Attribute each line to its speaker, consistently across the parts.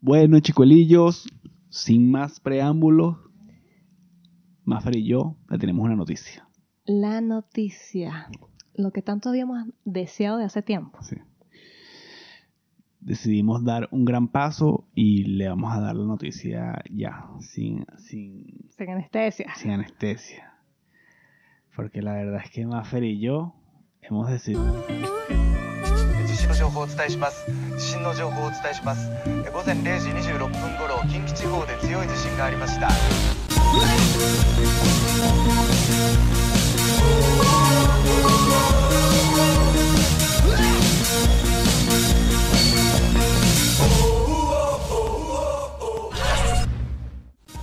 Speaker 1: Bueno, chicuelillos, sin más preámbulos, Maffer y yo le tenemos una noticia.
Speaker 2: La noticia. Lo que tanto habíamos deseado de hace tiempo.
Speaker 1: Sí. Decidimos dar un gran paso y le vamos a dar la noticia ya, sin, sin,
Speaker 2: Sin anestesia.
Speaker 1: sin anestesia. Porque la verdad es que Maffer y yo hemos decidido...
Speaker 3: 地震の情報をお伝えします地震の情報をお伝えしますえ午前0時26分頃近畿地方で強い地震がありました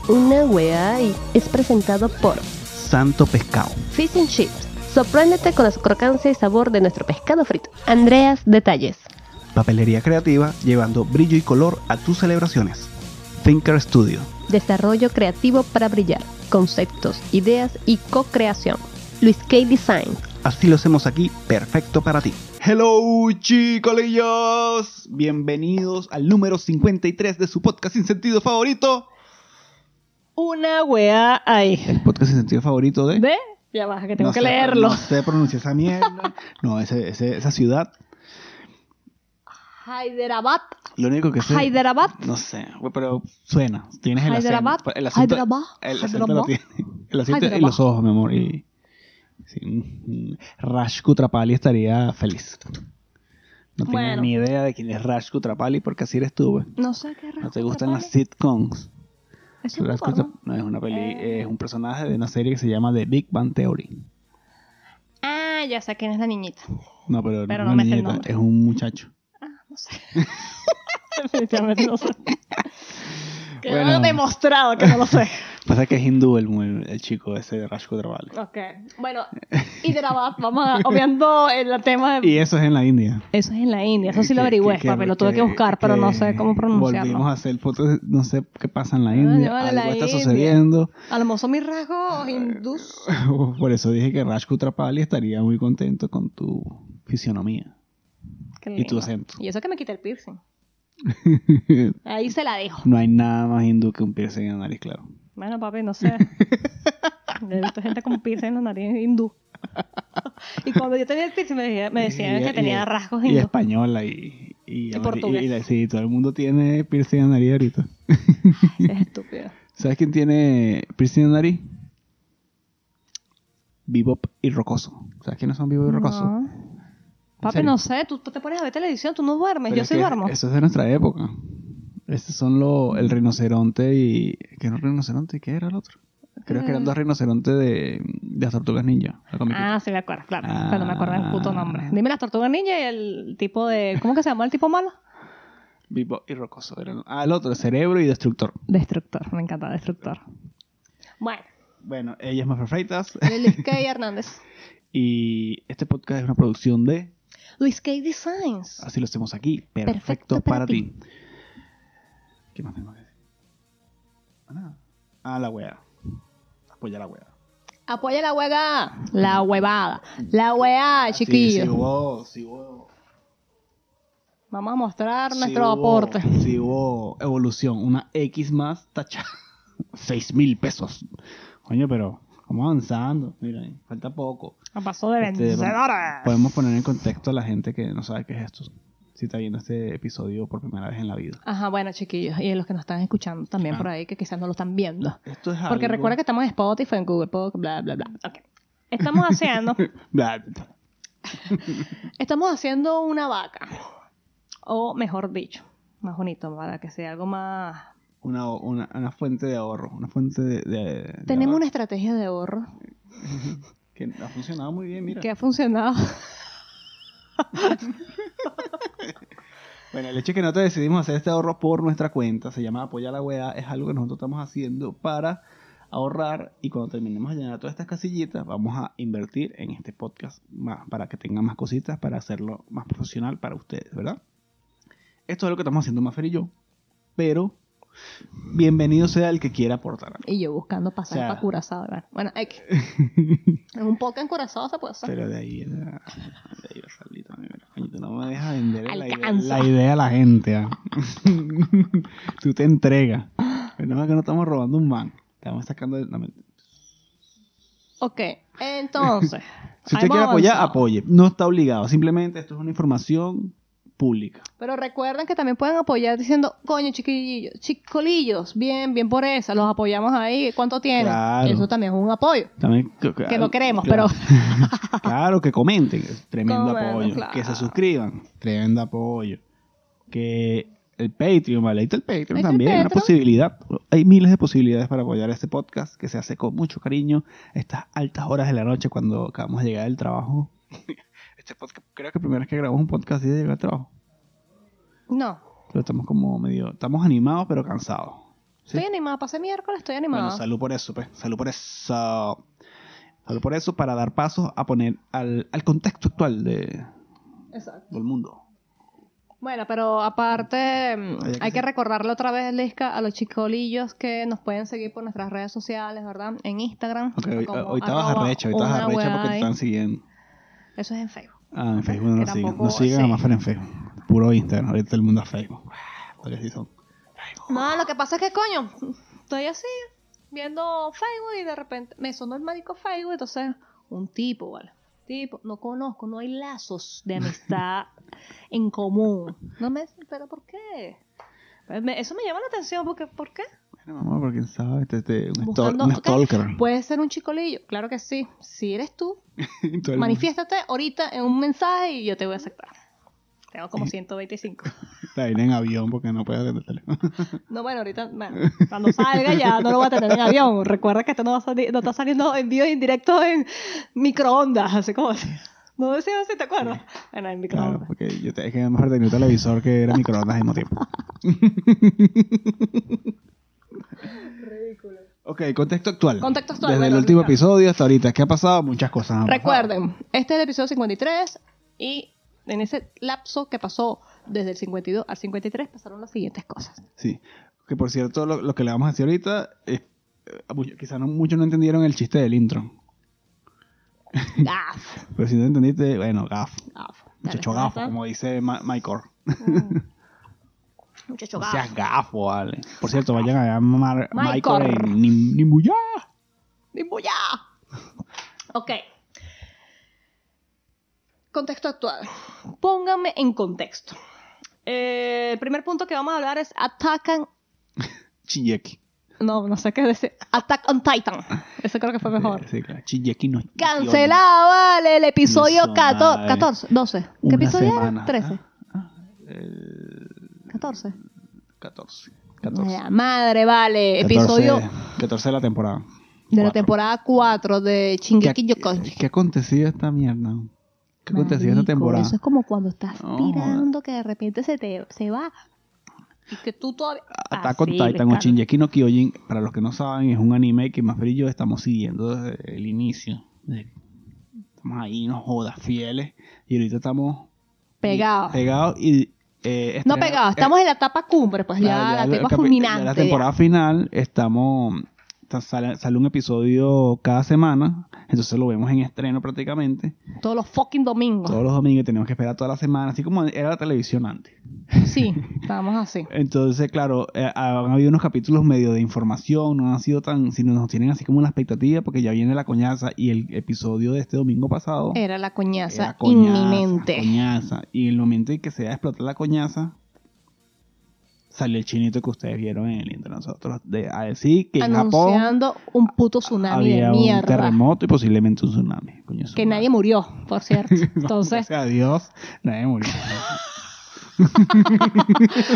Speaker 4: Una weá y es presentado por
Speaker 1: Santo Pescado.
Speaker 4: Fish and Chips. Sorpréndete con la crocancia y sabor de nuestro pescado frito. Andreas Detalles.
Speaker 1: Papelería creativa llevando brillo y color a tus celebraciones. Thinker Studio.
Speaker 4: Desarrollo creativo para brillar. Conceptos, ideas y co-creación. Luis K. Design.
Speaker 1: Así lo hacemos aquí, perfecto para ti. Hello, chicolillos. Bienvenidos al número 53 de su podcast sin sentido favorito.
Speaker 2: Una weá ahí.
Speaker 1: Podcast sin sentido favorito de.
Speaker 2: ¿Ve? Ya baja, que tengo
Speaker 1: No
Speaker 2: que
Speaker 1: sé-
Speaker 2: leerlo.
Speaker 1: No sé pronunciar esa mierda. no, ese- ese- esa ciudad.
Speaker 2: Hyderabad.
Speaker 1: Lo único que sé.
Speaker 2: Hyderabad.
Speaker 1: No sé, güey, pero suena. Tienes el
Speaker 2: Hyderabad,
Speaker 1: acento. El acento,
Speaker 2: Hyderabad,
Speaker 1: el acento
Speaker 2: Hyderabad.
Speaker 1: lo tiene. El acento y
Speaker 2: Hyderabad.
Speaker 1: los ojos, mi amor. Y, sí, mm, mm, Raj Kutrapali estaría feliz. No tienes
Speaker 2: Bueno.
Speaker 1: ni idea de quién es Raj Kutrapali porque así eres tú, güey.
Speaker 2: No sé qué raro.
Speaker 1: No te gustan las sitcoms.
Speaker 2: Es un
Speaker 1: Raj
Speaker 2: poco,
Speaker 1: Kutra-
Speaker 2: ¿no?
Speaker 1: no, es una peli,
Speaker 2: Eh.
Speaker 1: es un personaje de una serie que se llama The Big Bang Theory.
Speaker 2: Ah, ya sé quién es la niñita.
Speaker 1: No, pero,
Speaker 2: Pero
Speaker 1: no,
Speaker 2: no me sé el
Speaker 1: niñeta,
Speaker 2: nombre.
Speaker 1: es un muchacho.
Speaker 2: No sé. Definitivamente no sé. Que
Speaker 1: Bueno.
Speaker 2: no he demostrado que no lo sé.
Speaker 1: Pasa que es hindú el, mu- el chico ese de Raj Kutrapali.
Speaker 2: Ok. Bueno, Hyderabad, vamos a, obviando el tema de...
Speaker 1: Y eso es en la India.
Speaker 2: Eso es en la India, eso sí
Speaker 1: Que-
Speaker 2: lo averigüé,
Speaker 1: que-
Speaker 2: papi, lo tuve que buscar, pero no sé cómo
Speaker 1: Volvimos
Speaker 2: pronunciarlo.
Speaker 1: a hacer fotos, no sé qué pasa en la
Speaker 2: Coño,
Speaker 1: India,
Speaker 2: vale,
Speaker 1: algo
Speaker 2: la
Speaker 1: está
Speaker 2: India.
Speaker 1: sucediendo.
Speaker 2: A lo mejor son mis rasgos hindús.
Speaker 1: Por eso dije que Raj Kutrapali estaría muy contento con tu fisionomía
Speaker 2: Qué
Speaker 1: y tu
Speaker 2: lindo.
Speaker 1: acento.
Speaker 2: Y eso que me quité el piercing. Ahí se la dejo.
Speaker 1: no hay nada más hindú que un piercing en la nariz, claro.
Speaker 2: Bueno, papi, no sé. Yo he visto gente con piercing en la nariz hindú. Y cuando yo tenía el piercing me, decía- me decían
Speaker 1: Y-
Speaker 2: que
Speaker 1: y-
Speaker 2: tenía rasgos
Speaker 1: Y
Speaker 2: hindú.
Speaker 1: española y... Y,
Speaker 2: Y portugués.
Speaker 1: y la- sí, todo el mundo tiene piercing en la nariz ahorita.
Speaker 2: Es estúpido.
Speaker 1: ¿Sabes quién tiene piercing en la nariz? Bebop y Rocoso. ¿Sabes quiénes son Bebop y Rocoso?
Speaker 2: No. Papi,
Speaker 1: serio?
Speaker 2: no sé, tú te pones a ver televisión, tú no duermes,
Speaker 1: Pero
Speaker 2: Pues yo
Speaker 1: es
Speaker 2: sí
Speaker 1: que
Speaker 2: duermo.
Speaker 1: Eso es de nuestra época. Estos son los... el rinoceronte y. ¿Qué era un rinoceronte? ¿Qué era el otro? Creo que eran dos rinocerontes de, de las tortugas ninja. la comiquita.
Speaker 2: Mm. Ah, sí me acuerdo, claro.
Speaker 1: Ah.
Speaker 2: Pero no me acuerdo el puto nombre. Dime las tortugas ninja y el tipo de. ¿Cómo que se llama el tipo malo?
Speaker 1: Bebop y rocoso. eran- Ah, el otro, cerebro y destructor.
Speaker 2: Destructor, me encanta, destructor. Bueno,
Speaker 1: Bueno, ella es Mafra Freitas.
Speaker 2: Luis K. Hernández.
Speaker 1: Y este podcast es una producción de
Speaker 2: Luis K. Designs.
Speaker 1: Así lo hacemos aquí. Perfecto,
Speaker 2: Perfecto
Speaker 1: para,
Speaker 2: para
Speaker 1: ti. ¿Qué más tenemos que decir? Ah, nada. Ah, la wea. Apoya la wea.
Speaker 2: Apoya la hueá. La huevada. La hueá,
Speaker 1: Así,
Speaker 2: chiquillos.
Speaker 1: Si Ah, hubo, si hubo.
Speaker 2: Vamos a mostrar
Speaker 1: Sí
Speaker 2: nuestro
Speaker 1: hubo- Este,
Speaker 2: aporte.
Speaker 1: Sí hubo evolución, una X más tacha. Seis mil pesos. Coño, pero vamos avanzando. Mira, ahí, falta poco.
Speaker 2: A paso de
Speaker 1: Este,
Speaker 2: vencedores.
Speaker 1: Podemos poner en contexto a la gente que no sabe qué es esto. Si está viendo este episodio por primera vez en la vida.
Speaker 2: Ajá, bueno, chiquillos. Y los que nos están escuchando también
Speaker 1: Ah.
Speaker 2: por ahí, que quizás no lo están viendo.
Speaker 1: Esto es
Speaker 2: Porque
Speaker 1: algo-
Speaker 2: recuerda que estamos en Spotify, en Google Podcast, bla, bla, bla. Ok. Estamos haciendo,
Speaker 1: Bla, bla, bla.
Speaker 2: estamos haciendo una vaca. O mejor dicho, más bonito, para que sea algo más...
Speaker 1: Una, una, una fuente de ahorro. Una fuente de. de- de
Speaker 2: Tenemos
Speaker 1: ahorro
Speaker 2: una estrategia de ahorro
Speaker 1: Que ha funcionado muy bien, mira.
Speaker 2: que ha funcionado.
Speaker 1: Bueno, el hecho de que nosotros decidimos hacer este ahorro por nuestra cuenta, se llama Apoya la Weá, es algo que nosotros estamos haciendo para ahorrar y cuando terminemos de llenar todas estas casillitas, vamos a invertir en este podcast más, para que tenga más cositas, para hacerlo más profesional para ustedes, ¿verdad? Esto es lo que estamos haciendo Mafer y yo, pero bienvenido sea el que quiera aportar. algo.
Speaker 2: Y yo buscando pasar
Speaker 1: O sea-
Speaker 2: para Curazao, ¿verdad? Bueno, X. es un poco en Curazao se puede hacer.
Speaker 1: Pero de ahí viene, de ahí va a salir también, mira, coño, tú no me dejas vender la idea,
Speaker 2: Alcanza.
Speaker 1: la idea a la gente. ah. tú te entregas. Pero no, que no estamos robando un man. Estamos sacando... de- no, mentira.
Speaker 2: Ok, entonces.
Speaker 5: Entonces,
Speaker 1: Si usted
Speaker 2: Hemos
Speaker 1: quiere apoyar,
Speaker 2: avanzado.
Speaker 1: apoye. No está obligado. Simplemente esto es una información pública.
Speaker 2: Pero recuerden que también pueden apoyar diciendo, coño, chiquillos, chicolillos, bien, bien por esa, los apoyamos ahí, ¿cuánto tienen?
Speaker 1: Claro.
Speaker 2: Eso también es un apoyo.
Speaker 1: También,
Speaker 2: Que no queremos,
Speaker 1: pero. Claro, que comenten. Tremendo
Speaker 2: Comenten,
Speaker 1: apoyo.
Speaker 2: claro.
Speaker 1: Que se suscriban. Tremendo apoyo. Que el Patreon, vale. Ahí está el Patreon
Speaker 2: Ahí está el
Speaker 1: también. Una
Speaker 2: Patreon.
Speaker 1: posibilidad. Hay miles de posibilidades para apoyar este podcast que se hace con mucho cariño. Estas altas horas de la noche cuando acabamos de llegar del trabajo. Este podcast, creo que primera vez que grabamos un podcast y de llegar al trabajo.
Speaker 2: No,
Speaker 1: Pero estamos como medio. Estamos animados, pero cansados. Sí.
Speaker 2: estoy animada, pasé miércoles, estoy animada.
Speaker 1: Bueno, salud por eso, pues. Salud por eso. Salud por eso para dar pasos a poner al, al contexto actual de,
Speaker 2: Exacto.
Speaker 1: del mundo.
Speaker 2: Bueno, pero aparte, mm,
Speaker 1: Había que
Speaker 2: hay que
Speaker 1: hacer-
Speaker 2: recordarle otra vez, Lisca, a los chicolillos que nos pueden seguir por nuestras redes sociales, ¿verdad? En Instagram.
Speaker 1: Ok, hoy,
Speaker 2: como
Speaker 1: hoy estabas
Speaker 2: arroba
Speaker 1: arrecha, hoy estabas
Speaker 2: una
Speaker 1: arrecha
Speaker 2: huevada
Speaker 1: porque te
Speaker 2: ahí.
Speaker 1: están siguiendo.
Speaker 2: Eso es en Facebook.
Speaker 1: Ah, en Facebook no
Speaker 2: Que
Speaker 1: nos siguen.
Speaker 2: tampoco-
Speaker 1: Nos siguen a
Speaker 2: sí.
Speaker 1: más en Facebook. Puro Instagram, ahorita el mundo es Facebook. Porque así son.
Speaker 2: No, lo que pasa es que, coño, estoy así viendo Facebook y de repente me sonó el marico Facebook, entonces un tipo, ¿vale? Tipo, no conozco, no hay lazos de amistad en común. No me dicen, pero ¿por qué? Pues me- eso me llama la atención, porque ¿por qué?
Speaker 1: Bueno, mamá, porque quién sabe, este, este, un, stalk-
Speaker 2: Buscando-
Speaker 1: un
Speaker 2: Pues, ok,
Speaker 1: stalker.
Speaker 2: Puede ser un chicolillo, claro que sí. Si eres tú,
Speaker 1: Todo el mundo.
Speaker 2: manifiéstate ahorita en un mensaje y yo te voy a aceptar. Tengo como 125.
Speaker 1: Está bien en avión porque no puede atender el teléfono.
Speaker 2: No, bueno, ahorita, bueno, cuando salga ya no lo voy a tener en avión. Recuerda que esto no, va a salir- no está saliendo en vivo y en directo en microondas, así como así. No decía así, ¿te acuerdas? Bueno, en microondas.
Speaker 1: Claro, pues, porque yo te, es que mejor tenía un televisor que era microondas al mismo tiempo. Ridículo. Ok, contexto actual.
Speaker 2: Contexto actual,
Speaker 1: Desde
Speaker 2: bueno,
Speaker 1: el último
Speaker 2: claro.
Speaker 1: episodio hasta ahorita. ¿Qué ha pasado? Muchas cosas. han pasado.
Speaker 2: Recuerden, este es el episodio 53 y en ese lapso que pasó desde el 52 al 53 pasaron las siguientes cosas.
Speaker 1: Sí. Que por cierto, lo, lo que le vamos a decir ahorita es. Quizás no, muchos no entendieron el chiste del intro.
Speaker 2: Gaf,
Speaker 1: Pero si no entendiste, bueno, gaf.
Speaker 2: gaf.
Speaker 1: Muchacho
Speaker 2: Dale,
Speaker 1: gafo,
Speaker 2: ¿verdad?
Speaker 1: como dice Ma- Mike Orr.
Speaker 2: Muchacho
Speaker 1: No
Speaker 2: gaf.
Speaker 1: seas gafo, vale. Por cierto, vayan a llamar
Speaker 2: Mike
Speaker 1: Mike
Speaker 2: Orr.
Speaker 1: Orr en Nim- Nimbuya.
Speaker 2: ¡Nimbuya! Ok. Contexto actual. Pónganme en contexto. Eh, el primer punto que vamos a hablar es atacan.
Speaker 1: Chiyeki.
Speaker 2: No, no sé qué decir. Attack on Titan. Eso creo que fue mejor.
Speaker 1: Sí, claro. Chiyeki no
Speaker 2: Cancelado, vale, el episodio
Speaker 1: Eso,
Speaker 2: 14,
Speaker 1: madre.
Speaker 2: 14, 12. ¿Qué
Speaker 1: eh. Una
Speaker 2: episodio
Speaker 1: semana.
Speaker 2: era? 13,
Speaker 1: Ah, ah, el
Speaker 2: 14.
Speaker 1: 14.
Speaker 2: La madre, vale. Episodio
Speaker 1: 14 de la temporada.
Speaker 2: de la
Speaker 1: Cuatro.
Speaker 2: temporada 4 de Shingeki no Kyojin.
Speaker 1: ¿Qué, qué acontecía esta mierda? ¿Qué acontecía esta
Speaker 2: Marico,
Speaker 1: temporada?
Speaker 2: Eso es como cuando estás
Speaker 1: No,
Speaker 2: tirando que de repente se te se va. Y que tú todavía.
Speaker 1: Attack
Speaker 2: Así,
Speaker 1: on Ah, Titan o
Speaker 2: Lescano.
Speaker 1: Shingeki no Kyojin, para los que no saben, es un anime que más brillo estamos siguiendo desde el inicio. Desde- Estamos ahí, no jodas, fieles. Y ahorita estamos
Speaker 2: Pegado.
Speaker 1: pegados y... eh,
Speaker 2: No
Speaker 1: estrenar-
Speaker 2: pegado,
Speaker 1: eh,
Speaker 2: estamos en la etapa cumbre, pues ya,
Speaker 1: Claro,
Speaker 2: la
Speaker 1: el
Speaker 2: etapa
Speaker 1: capi-
Speaker 2: fulminante.
Speaker 1: ya la temporada final, estamos. ta- Sale, sale un episodio cada semana, entonces lo vemos en estreno prácticamente.
Speaker 2: ya. Todos los fucking domingos.
Speaker 1: Todos los domingos y tenemos que esperar toda la semana, así como era la televisión antes.
Speaker 2: Sí, estamos así.
Speaker 1: Entonces, claro, eh, han habido unos capítulos medio de información, no han sido tan, sino nos tienen así como una expectativa porque ya viene la coñaza y el episodio de este domingo pasado
Speaker 2: Era la coñaza,
Speaker 1: era coñaza,
Speaker 2: inminente.
Speaker 1: coñaza. Y en el momento en que se va a explotar la coñaza, salió el chinito que ustedes vieron en el intro de nosotros de- a decir que en Japón
Speaker 2: Anunciando un puto tsunami de
Speaker 1: había un
Speaker 2: mierda.
Speaker 1: terremoto y posiblemente un tsunami. Coño, su
Speaker 2: Que
Speaker 1: madre.
Speaker 2: nadie murió, por cierto. Entonces,
Speaker 1: Gracias a Dios, nadie murió.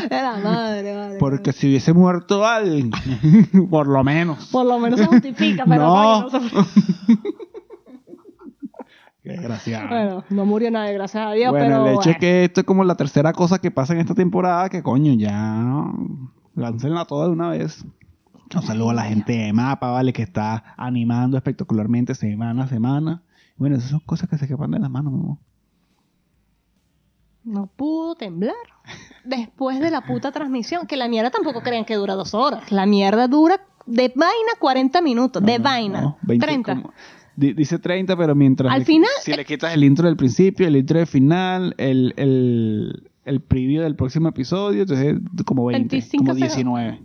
Speaker 2: era madre, madre.
Speaker 1: Porque si hubiese muerto alguien, por lo menos.
Speaker 2: Por lo menos se justifica, pero
Speaker 1: No.
Speaker 2: coño, no se-
Speaker 1: Qué desgraciado.
Speaker 2: Bueno, no murió nadie, gracias a Dios,
Speaker 1: bueno,
Speaker 2: pero.
Speaker 1: el hecho es
Speaker 2: bueno.
Speaker 1: que esto es como la tercera cosa que pasa en esta temporada, que coño, ya láncenla toda de una vez. Un saludo a la gente de Mapa, ¿vale? Que está animando espectacularmente semana a semana. Bueno, esas son cosas que se escapan de las manos, mi amor.
Speaker 5: No pudo temblar.
Speaker 2: Después de la puta transmisión, que la mierda tampoco crean que dura dos horas. La mierda dura de vaina 40 minutos, de
Speaker 1: No, no,
Speaker 2: vaina.
Speaker 1: no, 20
Speaker 2: 30.
Speaker 1: como- di- dice 30, pero mientras.
Speaker 2: Al
Speaker 1: le-
Speaker 2: final-
Speaker 1: Si le quitas el intro del principio, el intro del final, el, el, el preview del próximo episodio, entonces como 20,
Speaker 2: 25
Speaker 1: como
Speaker 2: se-
Speaker 1: 19.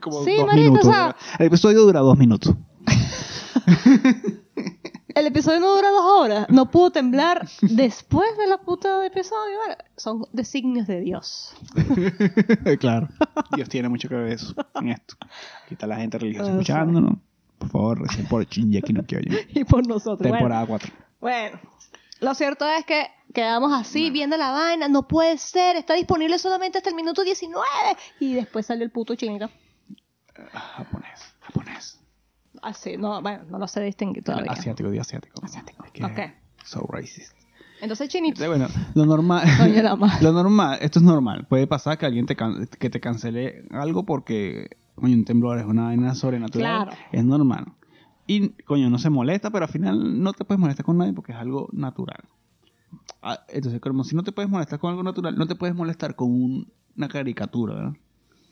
Speaker 1: Como
Speaker 2: Sí,
Speaker 1: dos
Speaker 2: marico,
Speaker 1: minutos.
Speaker 2: o sea-
Speaker 1: El episodio dura dos minutos.
Speaker 2: El episodio no dura dos horas. No pudo temblar después de la puta de episodio. Bueno, son designios de Dios.
Speaker 1: claro. Dios tiene mucho que ver eso, en esto. Aquí está la gente religiosa
Speaker 5: Eso.
Speaker 1: escuchando, ¿no? Por favor, recién por Shinji no Kyojin.
Speaker 5: Y por nosotros. Bueno,
Speaker 1: Temporada 4.
Speaker 2: Pues Bueno, lo cierto es que quedamos así viendo la vaina. No puede ser. Está disponible solamente hasta el minuto 19. Y después salió el puto chinga.
Speaker 1: Ah, Japonés, japonés.
Speaker 2: Así, no, bueno, no lo sé distinguir todavía.
Speaker 1: Asiático, di asiático.
Speaker 2: Asiático,
Speaker 1: Es que-
Speaker 2: ok.
Speaker 1: So racist.
Speaker 2: Entonces, Chinito.
Speaker 1: Entonces, bueno, lo normal.
Speaker 2: Coño, la madre.
Speaker 1: lo normal, esto es normal. Puede pasar que alguien te, can- que te cancele algo porque, coño, un temblor es una vaina sobrenatural.
Speaker 2: Claro.
Speaker 1: Es normal. Y, coño, no se molesta, pero al final no te puedes molestar con nadie porque es algo natural. Ah, Entonces, como si no te puedes molestar con algo natural, no te puedes molestar con un- una caricatura, ¿verdad?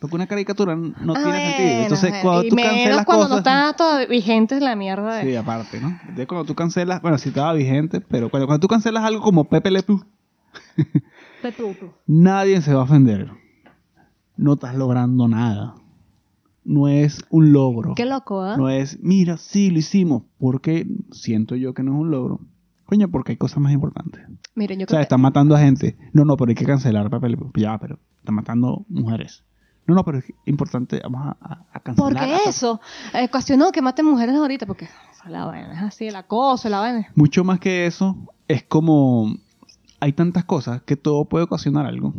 Speaker 1: Porque una caricatura no tiene sentido. Entonces, cuando
Speaker 2: Ah, eh, y
Speaker 1: tú
Speaker 2: menos
Speaker 1: cancelas
Speaker 2: cuando no
Speaker 1: cosas.
Speaker 2: está todavía vigente la mierda de...
Speaker 1: Sí, aparte, ¿no? Entonces, cuando tú cancelas, bueno, si estaba vigente, pero cuando, cuando tú cancelas algo como Pepe Le Pew,
Speaker 5: de puto.
Speaker 1: nadie se va a ofender. No estás logrando nada. No es un logro.
Speaker 2: Qué loco, ¿eh?
Speaker 1: No es, mira, sí lo hicimos. Porque siento yo que no es un logro. Coño, porque hay cosas más importantes.
Speaker 2: Miren,
Speaker 1: O sea,
Speaker 2: yo creo que...
Speaker 1: están matando a gente. No, no, pero hay que cancelar Pepe Le Pew. Ya, pero están matando mujeres. No, no, pero es importante, vamos a, a- a cancelar. a
Speaker 2: Porque
Speaker 1: Pepe-
Speaker 2: eso eh, ocasionó que maten mujeres ahorita, porque o sea, la vaina es así, el acoso, la vaina.
Speaker 1: Mucho más que eso, es como hay tantas cosas que todo puede ocasionar algo.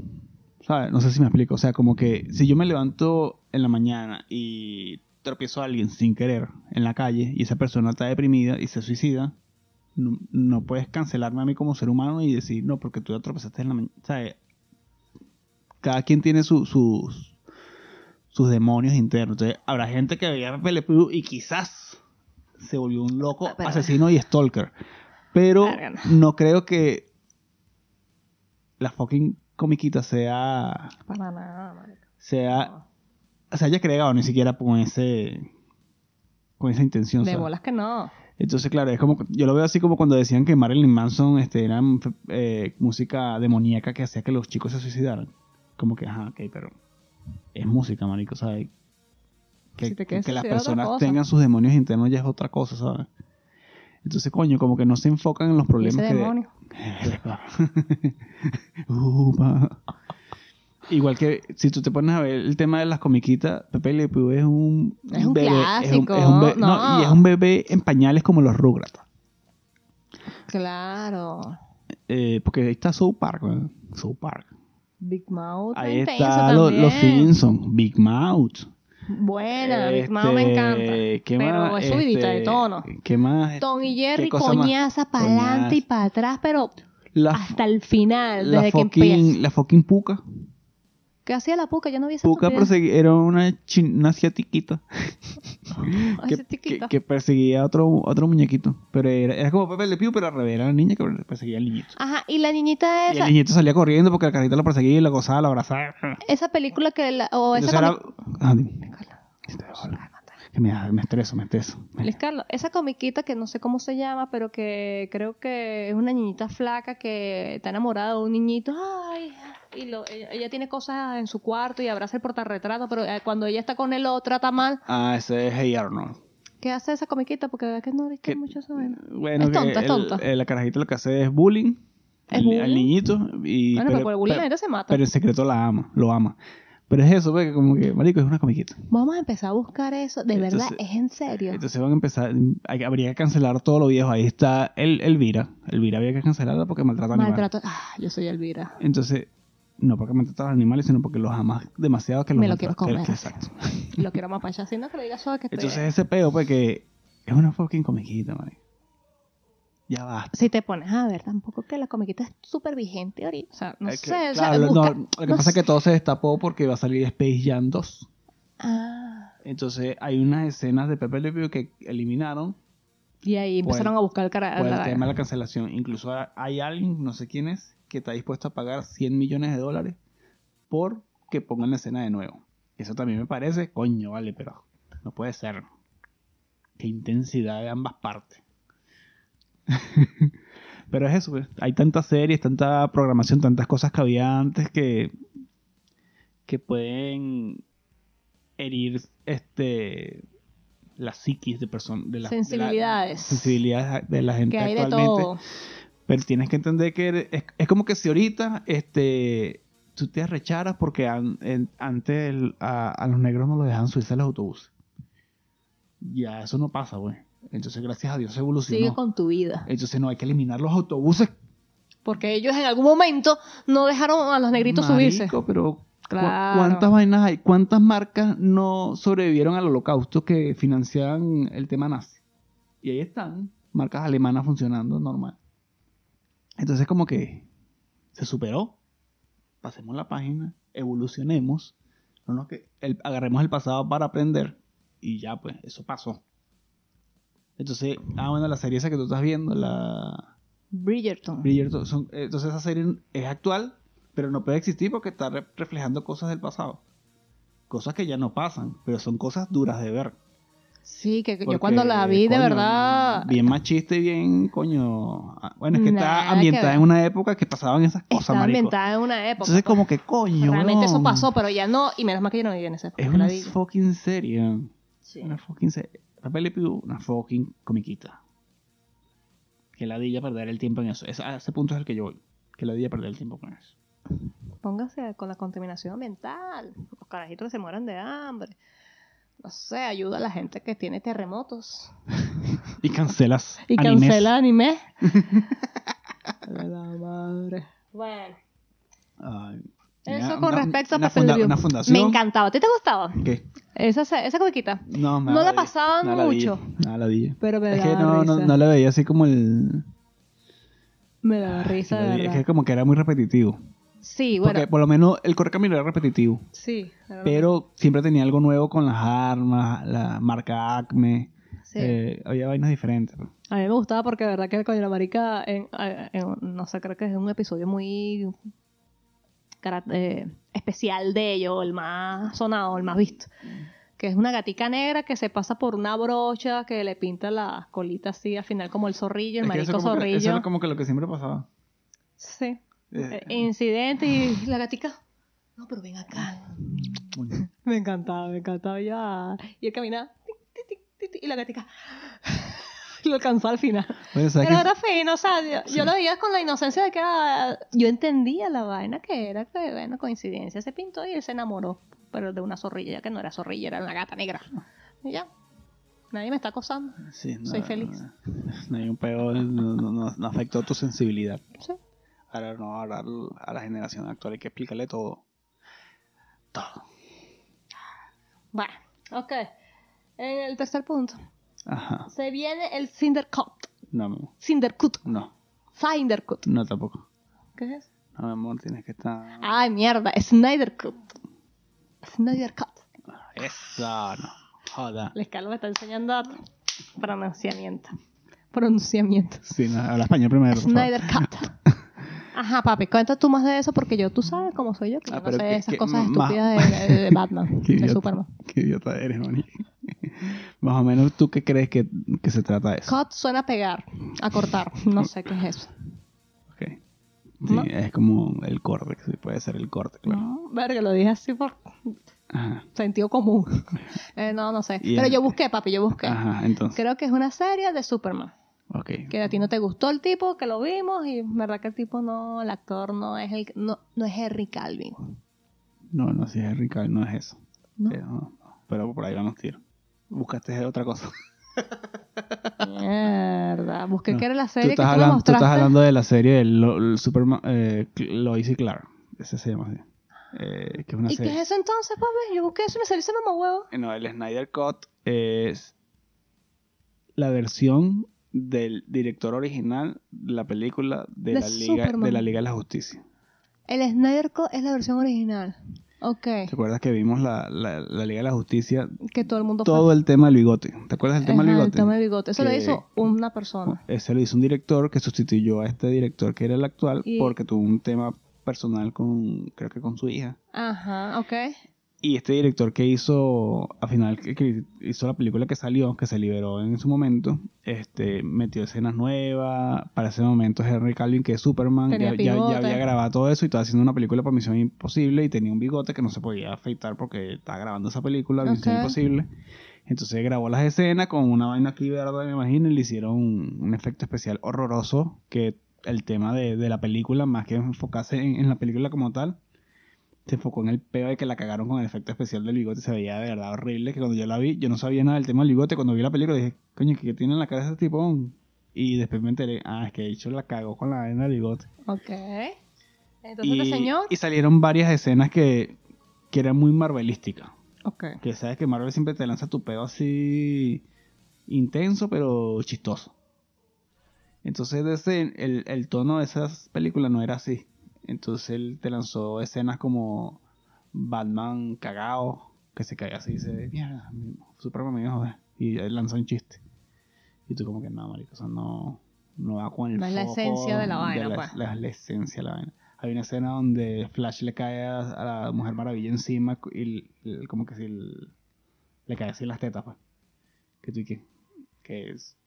Speaker 1: ¿Sabes? No sé si me explico. O sea, como que si yo me levanto en la mañana y tropiezo a alguien sin querer en la calle y esa persona está deprimida y se suicida, no, no puedes cancelarme a mí como ser humano y decir, no, porque tú la tropezaste en la mañana. ¿Sabes? Cada quien tiene su- sus, sus demonios internos. Entonces, habrá gente que veía Pepe Le Pew y quizás se volvió un loco
Speaker 2: Ah, pero-
Speaker 1: asesino y stalker. Pero
Speaker 2: Verga.
Speaker 1: no creo que la fucking comiquita sea.
Speaker 2: Para nada, marica.
Speaker 1: sea se haya creado ni siquiera con ese. con esa intención.
Speaker 2: De
Speaker 1: ¿sabes?
Speaker 2: bolas que no.
Speaker 1: Entonces, claro, es como. yo lo veo así como cuando decían que Marilyn Manson este, era eh, música demoníaca que hacía que los chicos se suicidaran. Como que, ajá, ok, pero. es música, marico, ¿sabes? Que,
Speaker 2: Si te quieres
Speaker 1: que las
Speaker 2: suicidar, otra
Speaker 1: personas
Speaker 2: cosa.
Speaker 1: tengan sus demonios internos ya es otra cosa, ¿sabes? Entonces, coño, como que no se enfocan en los problemas
Speaker 2: Ese
Speaker 1: que,
Speaker 2: demonio.
Speaker 1: Upa. Igual que si tú te pones a ver el tema de las comiquitas, Pepe Le Pew es un,
Speaker 2: Es un clásico,
Speaker 1: es un be- no,
Speaker 2: no.
Speaker 1: y es un bebé en pañales como los Rugrats.
Speaker 2: Claro.
Speaker 1: Eh, porque ahí está South Park, ¿verdad? South Park.
Speaker 2: Big Mouth.
Speaker 1: Ahí
Speaker 2: intenso
Speaker 1: está lo-
Speaker 2: también.
Speaker 1: los Simpsons, Big Mouth.
Speaker 2: Buena, Big
Speaker 1: Este,
Speaker 2: Mouth me encanta.
Speaker 1: ¿qué
Speaker 2: pero
Speaker 1: más?
Speaker 2: es subidita de
Speaker 1: Este,
Speaker 2: tono.
Speaker 1: ¿Qué más?
Speaker 2: Tom y
Speaker 1: ¿Qué
Speaker 2: Jerry,
Speaker 1: cosa más?
Speaker 2: coñaza para adelante y para atrás, pero
Speaker 1: La,
Speaker 2: hasta el final,
Speaker 1: la
Speaker 2: desde que empieza.
Speaker 1: fucking, la fucking puca.
Speaker 2: ¿Qué hacía la puca? Yo no vi esa
Speaker 1: Puka
Speaker 2: estupidez.
Speaker 1: persegui- era una, chin- una asiatiquita
Speaker 2: Ay,
Speaker 1: que,
Speaker 2: ese tiquito.
Speaker 1: que- que perseguía a otro, otro muñequito. Pero era, era como Pepe Le Pew, pero al revés, era la niña que perseguía al niñito.
Speaker 2: Ajá, y la niñita
Speaker 1: Y el
Speaker 2: esa,
Speaker 1: niñito salía corriendo porque la carita lo perseguía y lo gozaba, lo abrazaba.
Speaker 2: esa película que la, o esa
Speaker 1: Entonces era...
Speaker 2: comi-
Speaker 1: Ah, dime. Este, hola. Que me, me estreso, me estreso. Me-
Speaker 2: Luis Carlos, esa comiquita que no sé cómo se llama, pero que creo que es una niñita flaca que está enamorada de un niñito. Ay, y lo- ella, ella tiene cosas en su cuarto y abraza el portarretrato, pero eh, cuando ella está con él lo trata mal.
Speaker 1: Ah, ese es Hey Arnold.
Speaker 2: ¿Qué hace esa comiquita? Porque de verdad que no viste
Speaker 1: Que-
Speaker 2: mucho esa vaina.
Speaker 1: Bueno,
Speaker 2: Es
Speaker 1: que
Speaker 2: tonta, es
Speaker 1: el-
Speaker 2: tonta.
Speaker 1: eh, la carajita lo que hace es bullying. al-
Speaker 2: ¿Es
Speaker 1: Al
Speaker 2: bullying?
Speaker 1: niñito. Y,
Speaker 2: Bueno, pero, por el bullying
Speaker 1: pero-
Speaker 2: la gente se mata.
Speaker 1: pero en secreto la ama, lo ama. Pero es eso, porque como que, marico, es una comiquita.
Speaker 2: Vamos a empezar a buscar eso. De verdad,
Speaker 1: Entonces-
Speaker 2: es en serio.
Speaker 1: Entonces van a empezar, hay- habría que cancelar todo lo viejo. Ahí está el, Elvira. Elvira había que cancelarla porque maltrata animales.
Speaker 2: Maltrato. Ah, yo soy Elvira.
Speaker 1: Entonces, no porque maltrata a los animales, sino porque los amas demasiado que los
Speaker 2: Me lo
Speaker 1: maltrata-
Speaker 2: quiero comer.
Speaker 1: que- Exacto.
Speaker 2: Lo quiero más para allá. Si no, que le digas eso que te-
Speaker 1: Entonces ese peo, pues que es una fucking comiquita, man. Ya basta.
Speaker 2: si te pones a ver, tampoco que la comiquita es súper vigente ahorita. O sea, no
Speaker 1: Es que,
Speaker 2: sé. o sea,
Speaker 1: claro, lo-
Speaker 2: busca-
Speaker 1: no, lo que pasa es que todo se destapó porque va a salir Space Jam 2.
Speaker 2: Ah,
Speaker 1: Entonces hay unas escenas de Pepe Le Pew que eliminaron
Speaker 2: y ahí
Speaker 1: Por
Speaker 2: empezaron
Speaker 1: el-
Speaker 2: a buscar el cara.
Speaker 1: por el
Speaker 2: la-
Speaker 1: tema de la cancelación. Incluso hay alguien, no sé quién es, que está dispuesto a pagar 100 millones de dólares por que pongan la escena de nuevo. Eso también me parece, coño, vale, pero no puede ser. Qué intensidad de ambas partes. pero es eso, pues. hay tantas series, tanta programación, tantas cosas que había antes que, que pueden herir este las psiquis de personas de las de la-
Speaker 2: Sensibilidades.
Speaker 1: sensibilidades de la gente
Speaker 2: Que hay de
Speaker 1: actualmente pues,
Speaker 2: todo.
Speaker 1: pero tienes que entender que eres- es, es como que si ahorita este, tú te arrecharas porque an- en- antes el- a, a los negros no los dejaban subirse a los autobuses. Ya eso no pasa, güey. Entonces, gracias a Dios
Speaker 2: Sigue
Speaker 1: evolucionó.
Speaker 2: con tu vida.
Speaker 1: Entonces, no hay que eliminar los autobuses.
Speaker 2: Porque ellos en algún momento no dejaron a los negritos subirse.
Speaker 1: Marico, Pero, cu-
Speaker 2: Claro.
Speaker 1: ¿cuántas vainas hay? ¿Cuántas marcas no sobrevivieron al holocausto que financiaban el tema nazi? Y ahí están, marcas alemanas funcionando normal. Entonces, como que se superó. Pasemos la página, evolucionemos. No nos que el- agarremos el pasado para aprender. Y ya, pues, eso pasó. Entonces, ah, bueno, la serie esa que tú estás viendo, la.
Speaker 2: Bridgerton.
Speaker 1: Bridgerton, son- eh, entonces esa serie es actual, pero no puede existir porque está re- reflejando cosas del pasado. Cosas que ya no pasan, pero son cosas duras de ver.
Speaker 2: Sí, que que
Speaker 1: Porque,
Speaker 2: yo cuando la vi, de
Speaker 1: coño,
Speaker 2: verdad.
Speaker 1: Bien machista y bien, coño. ah, Bueno, es que
Speaker 2: Nada
Speaker 1: está
Speaker 2: que
Speaker 1: ambientada
Speaker 2: ver.
Speaker 1: en una época que pasaban esas cosas,
Speaker 2: Está
Speaker 1: marico.
Speaker 2: ambientada en una época. pues.
Speaker 1: Entonces, como que coño.
Speaker 2: Realmente eso
Speaker 1: weón,
Speaker 2: pasó, pero ya no. Y menos mal que yo no viví en esa época.
Speaker 1: Es
Speaker 2: que la
Speaker 1: una
Speaker 2: vi.
Speaker 1: fucking serie.
Speaker 2: Sí.
Speaker 1: Una fucking serie. Papel Le Pew, una fucking comiquita. Que la dilla perder el tiempo en eso. Es- a ese punto es el que yo voy. Que la dilla perder el tiempo con eso.
Speaker 2: Póngase con la contaminación ambiental. Los carajitos se mueran de hambre. No sé, ayuda a la gente que tiene terremotos.
Speaker 1: Y cancelas.
Speaker 2: Y
Speaker 1: animes.
Speaker 2: cancela anime. la madre. Bueno,
Speaker 1: Ay,
Speaker 2: eso
Speaker 1: una-
Speaker 2: con
Speaker 1: una-
Speaker 2: respecto
Speaker 1: una
Speaker 2: a Papel de
Speaker 1: funda-
Speaker 2: View.
Speaker 1: Una fundación.
Speaker 2: Me encantaba. ¿A ti te gustaba?
Speaker 1: ¿Qué?
Speaker 2: Esa, esa comiquita.
Speaker 1: No, me
Speaker 2: No
Speaker 1: da
Speaker 2: la
Speaker 1: ladilla,
Speaker 2: pasaban
Speaker 1: me da ladilla,
Speaker 2: mucho.
Speaker 1: me da ladilla.
Speaker 2: Pero me
Speaker 1: Es
Speaker 2: daba
Speaker 1: que no, no,
Speaker 2: risa.
Speaker 1: no la veía así como el.
Speaker 2: Me daba risa, de
Speaker 1: Es
Speaker 2: verdad.
Speaker 1: que como que era muy repetitivo.
Speaker 2: Sí, bueno.
Speaker 1: Porque por lo menos el correcamino era repetitivo.
Speaker 2: Sí. de verdad.
Speaker 1: Pero siempre tenía algo nuevo con las armas, la marca Acme.
Speaker 2: Sí.
Speaker 1: Eh, había vainas diferentes.
Speaker 2: A mí me gustaba porque de verdad que con la marica, en, eh, en- no sé, creo que es un episodio muy cara- eh, especial de ellos, el más sonado, el más visto. Que es una gatica negra que se pasa por una brocha que le pinta las colitas así, al final como el zorrillo, el
Speaker 1: Es que
Speaker 2: marico
Speaker 1: eso, como que, eso
Speaker 2: zorrillo.
Speaker 1: era como que lo que siempre pasaba.
Speaker 2: Sí.
Speaker 1: Eh,
Speaker 2: Eh, Incidente y la gatica. No, pero ven acá.
Speaker 1: bueno.
Speaker 2: Me encantaba, me encantaba ya. Y él caminaba. tic, tic, tic, tic, tic, y la gatica. Lo alcanzó al final.
Speaker 1: Bueno, Pues, ¿sabes
Speaker 2: Pero
Speaker 1: qué?
Speaker 2: era fino, o sea, yo, yo
Speaker 1: Sí.
Speaker 2: lo veía con la inocencia de que ah, yo entendía la vaina que era, que bueno, coincidencia, se pintó y él se enamoró, pero de una zorrilla, ya que no era zorrilla, era una gata negra. Y ya, nadie me está acosando.
Speaker 1: Sí, no,
Speaker 2: Soy feliz.
Speaker 1: no, No hay un peor, no, no- no- no afectó tu sensibilidad.
Speaker 2: Sí.
Speaker 1: Ahora no, ahora l- a la generación actual hay que explicarle todo. Todo.
Speaker 2: Bueno, ok. En el tercer punto,
Speaker 1: Ajá.
Speaker 2: se viene el Cindercut.
Speaker 1: No, mi amor.
Speaker 2: Cindercut.
Speaker 1: no,
Speaker 2: Cindercut.
Speaker 1: no tampoco.
Speaker 2: ¿Qué es eso?
Speaker 1: No, mi amor, tienes que estar.
Speaker 2: Ay, mierda, Snydercut. Snydercut.
Speaker 1: Eso, no. Joda.
Speaker 2: Les Carlos me está enseñando a pronunciamiento. Pronunciamiento.
Speaker 1: Sí, no, habla español primero. por favor.
Speaker 2: Snyder Cut. Ajá, papi, cuenta tú más de eso porque yo, tú sabes cómo soy yo, que
Speaker 1: Ah,
Speaker 2: yo no
Speaker 1: pero
Speaker 2: sé
Speaker 1: que-
Speaker 2: esas
Speaker 1: que
Speaker 2: cosas
Speaker 1: ma-
Speaker 2: estúpidas de, de- de Batman,
Speaker 1: Qué
Speaker 2: de
Speaker 1: idiota.
Speaker 2: Superman.
Speaker 1: Qué idiota eres, Moni. Más o menos, ¿tú qué crees que, que se trata eso?
Speaker 2: Cut suena a pegar, a cortar, no sé qué es eso.
Speaker 1: Ok. Sí,
Speaker 2: No.
Speaker 1: es como el corte, que sí, puede ser el corte, claro.
Speaker 2: No, verga, lo dije así por
Speaker 1: Ajá.
Speaker 2: sentido común. Eh, no, no sé.
Speaker 1: Y
Speaker 2: Pero
Speaker 1: el-
Speaker 2: yo busqué, papi, yo busqué.
Speaker 1: Ajá, entonces.
Speaker 2: Creo que es una serie de Superman.
Speaker 1: Ok.
Speaker 2: Que a ti no te gustó el tipo, que lo vimos, y verdad que el tipo no, el actor no es el no, no es Henry Calvin.
Speaker 1: No, no, si es Henry Cavill, no es eso.
Speaker 2: ¿No?
Speaker 1: Eh, no, no. Pero por ahí van los tiros. Buscaste otra cosa.
Speaker 2: Mierda. Busqué
Speaker 1: No.
Speaker 2: que era la
Speaker 1: Tú
Speaker 2: serie
Speaker 1: estás,
Speaker 2: que tú me
Speaker 1: hablando, tú estás
Speaker 2: mostraste.
Speaker 1: hablando de la serie de Lo- Lo- Superman, eh, Cl- Lois y Clark. Ese se llama así. Eh, que es una
Speaker 2: ¿Y qué
Speaker 1: serie.
Speaker 2: es eso entonces, papi? Yo busqué eso y me salió ese mamá huevo.
Speaker 1: Eh, No, el Snyder Cut es la versión del director original de la película de,
Speaker 2: De
Speaker 1: la, liga, de
Speaker 2: Superman.
Speaker 1: la Liga de la Justicia.
Speaker 2: El Snyder Cut es la versión original. Ok.
Speaker 1: ¿Te acuerdas que vimos la, la, la Liga de la Justicia?
Speaker 2: Que todo el mundo
Speaker 1: Todo el tema del bigote. ¿Te acuerdas del
Speaker 2: Ajá,
Speaker 1: tema del bigote?
Speaker 2: tema del bigote. Eso lo
Speaker 1: Que-
Speaker 2: hizo una persona.
Speaker 1: Ese lo hizo un director que sustituyó a este director que era el actual
Speaker 2: Y-
Speaker 1: porque tuvo un tema personal con, creo que con su hija.
Speaker 2: Ajá, ok.
Speaker 1: Y este director que hizo, al final, que, que hizo la película que salió, que se liberó en su momento, este, metió escenas nuevas. Para ese momento, Henry Calvin, que es Superman,
Speaker 2: Tenía
Speaker 1: ya, ya- ya
Speaker 2: bigote.
Speaker 1: había grabado todo eso y estaba haciendo una película para Misión Imposible y tenía un bigote que no se podía afeitar porque estaba grabando esa película, Misión
Speaker 2: Ok.
Speaker 1: Imposible. Entonces grabó las escenas con una vaina aquí verde, me imagino, y le hicieron un, un efecto especial horroroso que el tema de, de la película, más que enfocarse en, en la película como tal, se enfocó en el peo de que la cagaron con el efecto especial del bigote. Se veía de verdad horrible, que cuando yo la vi, yo no sabía nada del tema del bigote. Cuando vi la película dije, coño, ¿qué tiene en la cara ese tipo? Y después me enteré, ah, es que de hecho la cagó con la vaina del bigote.
Speaker 2: Ok. Entonces el
Speaker 1: y,
Speaker 2: señor.
Speaker 1: y salieron varias escenas que, que eran muy marvelísticas.
Speaker 2: Ok.
Speaker 1: Que sabes que Marvel siempre te lanza tu pedo así intenso, pero chistoso. Entonces ese- el, el tono de esas películas no era así. Entonces él te lanzó escenas como Batman cagado, que se cae así y dice, mierda, Superman me iba a joder", Y él lanza un chiste. Y tú como que no, marico, eso no, no va con el
Speaker 2: No es la
Speaker 1: foco
Speaker 2: esencia de la vaina,
Speaker 1: la-
Speaker 2: pues.
Speaker 1: la- la esencia de la vaina. Hay una escena donde Flash le cae a, a la Mujer Maravilla encima cu- y l- l- como que si l- le cae así en las tetas, pues. Que tú y que, que es,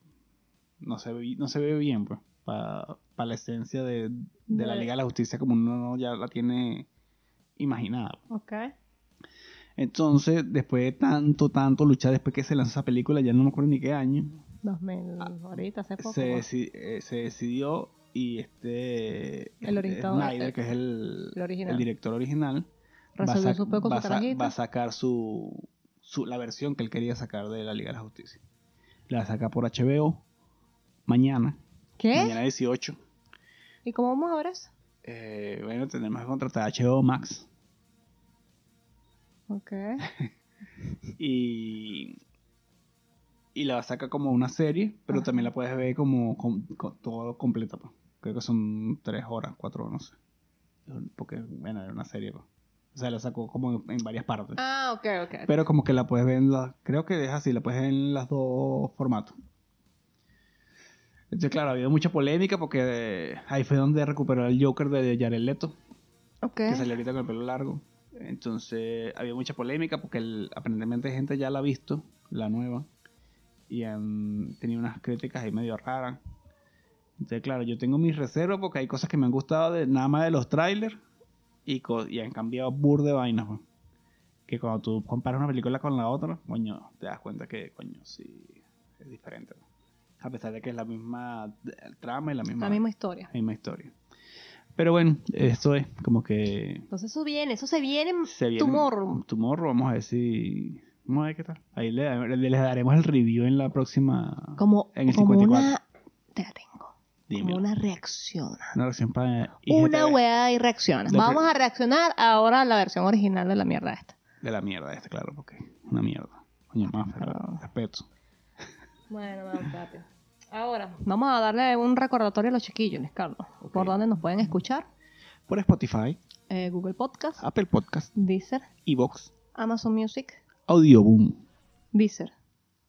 Speaker 1: no, se ve, bi- no se ve bien, pues, para la esencia de, de la
Speaker 2: De-
Speaker 1: Liga de la Justicia como uno ya la tiene imaginada. pues.
Speaker 2: Ok.
Speaker 1: Entonces, después de tanto, tanto luchar, después que se lanzó esa película, ya no me acuerdo ni qué año,
Speaker 2: 2000, ahorita, hace poco.
Speaker 1: se,
Speaker 2: ¿no?
Speaker 1: deci- eh, se decidió y este
Speaker 2: El orientador,
Speaker 1: Snyder,
Speaker 2: el-
Speaker 1: que es el,
Speaker 2: el original.
Speaker 1: el director original,
Speaker 2: Resolvió
Speaker 1: sac-
Speaker 2: su pedo con
Speaker 1: va
Speaker 2: su
Speaker 1: sa-
Speaker 2: carajito.
Speaker 1: va a sacar su, su- la versión que él quería sacar de la Liga de la Justicia. La saca por HBO mañana,
Speaker 2: ¿Qué?
Speaker 1: mañana 18.
Speaker 2: ¿Y cómo vamos a ver eso?
Speaker 1: Eh, bueno, tenemos que contratar a HBO Max.
Speaker 2: Ok.
Speaker 1: y y la saca como una serie, pero
Speaker 2: Ajá.
Speaker 1: también la puedes ver como com- co- todo completa, pues. Creo que son tres horas, cuatro, horas, no sé. Porque, bueno, era una serie, pues. O sea, la sacó como en varias partes.
Speaker 2: Ah, ok, ok.
Speaker 1: Pero como que la puedes ver en la... Creo que es así, la puedes ver en los dos formatos. Entonces, claro, ha habido mucha polémica porque eh, ahí fue donde recuperó el Joker de Jared Leto
Speaker 2: ok.
Speaker 1: que salió ahorita con el pelo largo. Entonces había mucha polémica porque el- aparentemente gente ya la ha visto, la nueva, y han tenido unas críticas ahí medio raras. Entonces, claro, yo tengo mis reservas porque hay cosas que me han gustado de, nada más de los trailers y, co- y han cambiado bur de vainas. weón. Que cuando tú comparas una película con la otra, coño, te das cuenta que, coño, sí, es diferente. weón. A pesar de que es la misma eh, trama y la misma,
Speaker 2: La misma historia.
Speaker 1: la misma historia. Pero bueno, esto es como que
Speaker 2: Entonces eso viene, eso se viene en
Speaker 1: se viene
Speaker 2: tomorrow.
Speaker 1: Tomorrow, vamos a ver si. Vamos a ver qué tal. Ahí le, le- les daremos el review en la próxima.
Speaker 2: Como,
Speaker 1: en el
Speaker 2: como
Speaker 1: 54.
Speaker 2: una... Te la tengo.
Speaker 1: Dímelo.
Speaker 2: Como una reacción.
Speaker 1: Una reacción para.
Speaker 2: Una
Speaker 1: IGTV
Speaker 2: weá y reacciona.
Speaker 1: Lo
Speaker 2: Vamos
Speaker 1: pri-
Speaker 2: a reaccionar ahora a la versión original de la mierda esta.
Speaker 1: De la mierda, este, claro, porque. Una mierda. Coño,
Speaker 2: Ah,
Speaker 1: más, pero. Respeto.
Speaker 2: Bueno, vamos rápido. Ahora, vamos a darle un recordatorio a los chiquillos, Luis Carlos.
Speaker 1: Ok.
Speaker 2: Por donde nos pueden escuchar.
Speaker 1: Por Spotify,
Speaker 2: Eh, Google Podcast,
Speaker 1: Apple Podcast,
Speaker 2: Deezer,
Speaker 1: Evox,
Speaker 2: Amazon Music,
Speaker 1: Audioboom.
Speaker 2: Deezer.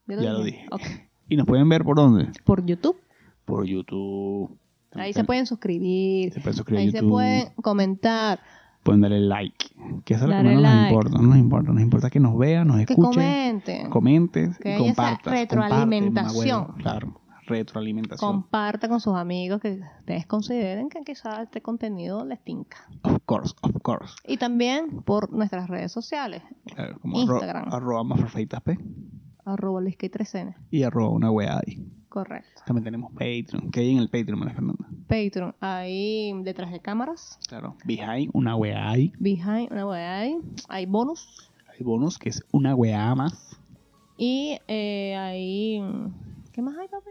Speaker 1: Ya lo dije.
Speaker 2: Ok.
Speaker 1: ¿Y nos pueden ver por dónde?
Speaker 2: Por YouTube.
Speaker 1: Por YouTube.
Speaker 2: Ahí se pueden suscribir.
Speaker 1: Se pueden suscribir a
Speaker 2: Ahí se
Speaker 1: YouTube.
Speaker 2: pueden comentar.
Speaker 1: Pueden darle like. Que eso es lo que
Speaker 5: Darle
Speaker 1: menos nos
Speaker 5: like.
Speaker 1: importa. No nos importa. Nos importa que nos vean, nos
Speaker 2: Que
Speaker 1: escuchen.
Speaker 2: comenten.
Speaker 1: comentes
Speaker 2: Que
Speaker 1: y
Speaker 2: haya esa
Speaker 1: compartas.
Speaker 2: retroalimentación.
Speaker 1: comparte, mamá huevo, claro, retroalimentación.
Speaker 2: Compartan con sus amigos que ustedes consideren que quizás este contenido les tinca.
Speaker 1: of course, of course.
Speaker 2: Y también por nuestras redes sociales.
Speaker 1: Claro, como arro-
Speaker 2: Instagram.
Speaker 1: arroba mafrafeitas P
Speaker 2: Arroba Luis K. Trecena.
Speaker 1: y arroba una wea ahí.
Speaker 2: Correcto.
Speaker 1: También tenemos Patreon, que hay en el Patreon, María Fernanda.
Speaker 2: Patreon, ahí detrás de cámaras.
Speaker 1: Claro, behind, una wea ahí.
Speaker 2: Behind, una weá ahí. Hay bonus.
Speaker 1: Hay bonus, que es una wea más.
Speaker 2: Y eh, hay. mm, ¿Qué más hay, papi?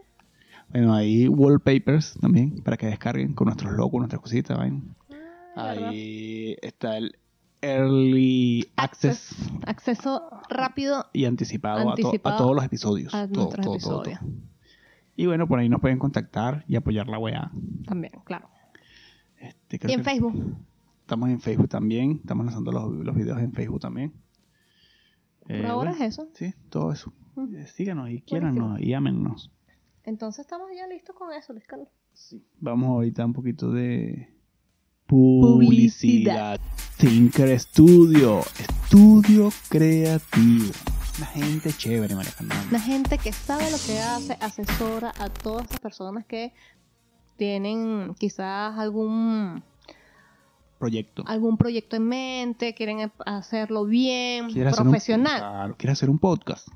Speaker 1: Bueno, hay wallpapers también, para que descarguen con nuestros logos, nuestras cositas, ¿ven?
Speaker 2: Ah, ¿verdad?
Speaker 1: Ahí está el Early Access,
Speaker 2: Acceso rápido
Speaker 1: y anticipado, a to- A,
Speaker 2: Anticipado
Speaker 1: todos los episodios.
Speaker 2: a
Speaker 1: todo,
Speaker 2: nuestros
Speaker 1: todo, todo, todo.
Speaker 2: episodios.
Speaker 1: Y bueno, por ahí nos pueden contactar y apoyar la weá.
Speaker 2: También, claro.
Speaker 1: Este, creo
Speaker 2: Y en
Speaker 1: que-
Speaker 2: Facebook.
Speaker 1: Estamos en Facebook también. Estamos lanzando los, los videos en Facebook también. Eh,
Speaker 2: Por ahora
Speaker 1: bueno,
Speaker 2: es eso.
Speaker 1: Sí, todo eso.
Speaker 2: Mm.
Speaker 1: Eh, Síganos y quiéranos y ámennos.
Speaker 2: Entonces estamos ya listos con eso, Luis Carlos.
Speaker 1: Vamos ahorita un poquito de
Speaker 2: Publicidad.
Speaker 1: publicidad. Tinker Studio, estudio creativo. Una gente chévere, María Fernanda.
Speaker 2: La gente que sabe lo que hace, asesora a todas esas personas que tienen quizás algún
Speaker 1: Proyecto.
Speaker 2: algún proyecto en mente, quieren hacerlo bien,
Speaker 1: Quieres hacer un- Ah.
Speaker 2: profesional,
Speaker 1: claro, quieres hacer un podcast.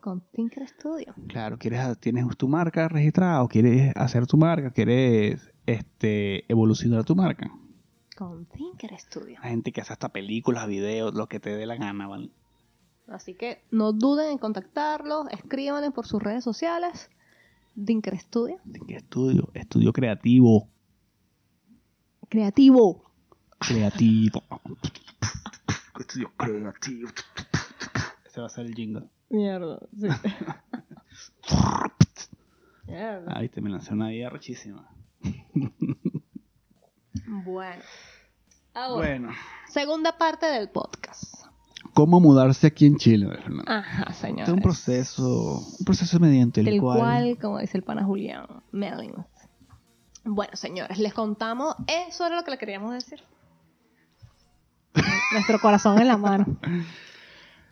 Speaker 2: con Tinker Studio.
Speaker 1: Claro, quieres tienes tu marca registrada o quieres hacer tu marca, quieres este evolucionar tu marca.
Speaker 2: Con Tinker Studio.
Speaker 1: La gente que hace hasta películas, videos, lo que te dé la gana, ¿vale?
Speaker 2: Así que no duden en contactarlos, escríbanle por sus redes sociales, Tinker Studio.
Speaker 1: Tinker Studio, estudio creativo,
Speaker 2: Creativo.
Speaker 1: creativo. estudio creativo. Ese va a ser el jingle.
Speaker 2: Mierda, sí. Mierda.
Speaker 1: Ahí te me lancé una idea rechísima.
Speaker 2: Bueno. Ahora,
Speaker 1: Bueno,
Speaker 2: segunda parte del podcast.
Speaker 1: ¿cómo mudarse aquí en Chile, María Fernanda?
Speaker 2: Ajá,
Speaker 1: Este
Speaker 2: señor.
Speaker 1: es un proceso, un proceso mediante el
Speaker 2: Del cual,
Speaker 1: cual
Speaker 2: como dice el pana Julián Mellings. Bueno, señores, les contamos. Eso era lo que le queríamos decir. Nuestro corazón en la mano.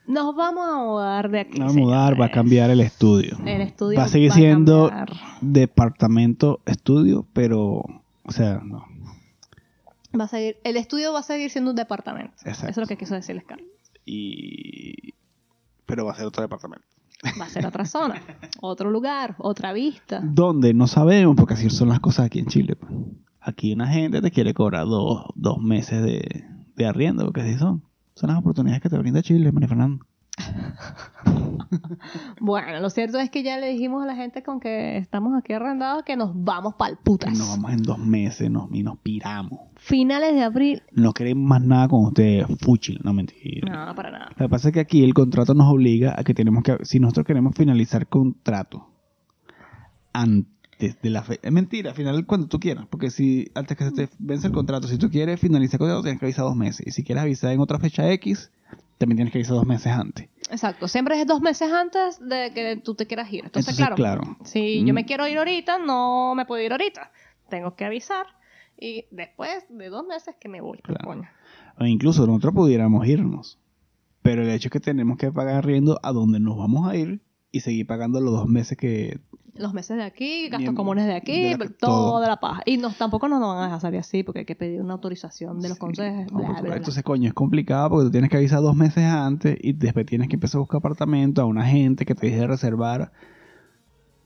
Speaker 2: Nos vamos a mudar de aquí.
Speaker 1: va a mudar, va a
Speaker 2: señores.
Speaker 1: cambiar el estudio.
Speaker 2: El estudio
Speaker 1: va a seguir
Speaker 2: va a
Speaker 1: siendo
Speaker 2: cambiar.
Speaker 1: departamento estudio, pero, o sea, no.
Speaker 2: Va a seguir, el estudio va a seguir siendo un departamento.
Speaker 1: Exacto.
Speaker 2: Eso es lo que quiso decirles, Carlos.
Speaker 1: Y, pero va a ser otro departamento.
Speaker 2: Va a ser otra zona, otro lugar, otra vista.
Speaker 1: Donde no sabemos, porque así son las cosas aquí en Chile. pues. Aquí una gente te quiere cobrar dos, dos meses de, de arriendo, porque así son. Son las oportunidades que te brinda Chile, María Fernanda.
Speaker 2: Bueno, lo cierto es que ya le dijimos a la gente con que estamos aquí arrendados que nos vamos pa'l putas.
Speaker 1: Que Nos vamos en dos meses nos, y nos piramos.
Speaker 2: Finales de abril.
Speaker 1: No queremos más nada con ustedes. Fúchil, no mentira.
Speaker 2: No, para nada.
Speaker 1: Lo que pasa es que aquí el contrato nos obliga a que tenemos que, si nosotros queremos finalizar contrato antes de la fecha, es mentira, al final cuando tú quieras, porque si antes que se te vence el contrato, si tú quieres finalizar contrato, tienes que avisar dos meses, y si quieres avisar en otra fecha X, también tienes que avisar dos meses antes.
Speaker 2: Exacto, siempre es dos meses antes de que tú te quieras ir. Entonces,
Speaker 1: Entonces,
Speaker 2: claro,
Speaker 1: claro.
Speaker 2: si yo
Speaker 1: Mm.
Speaker 2: me quiero ir ahorita, no me puedo ir ahorita. Tengo que avisar y después de dos meses que me voy.
Speaker 1: Claro.
Speaker 2: coño.
Speaker 1: O incluso nosotros pudiéramos irnos, pero el hecho es que tenemos que pagar riendo a donde nos vamos a ir y seguir pagando los dos meses que
Speaker 2: Los meses de aquí, gastos
Speaker 1: Bien,
Speaker 2: comunes de aquí,
Speaker 1: de la-
Speaker 2: toda
Speaker 1: todo.
Speaker 2: la paja. Y nos, tampoco nos van a dejar salir así porque hay que pedir una autorización de los
Speaker 1: Sí,
Speaker 2: consejos.
Speaker 1: no, por
Speaker 2: bla, bla, bla.
Speaker 1: supuesto. Entonces, coño, es complicado porque tú tienes que avisar dos meses antes y después tienes que empezar a buscar apartamento a una gente que te dice reservar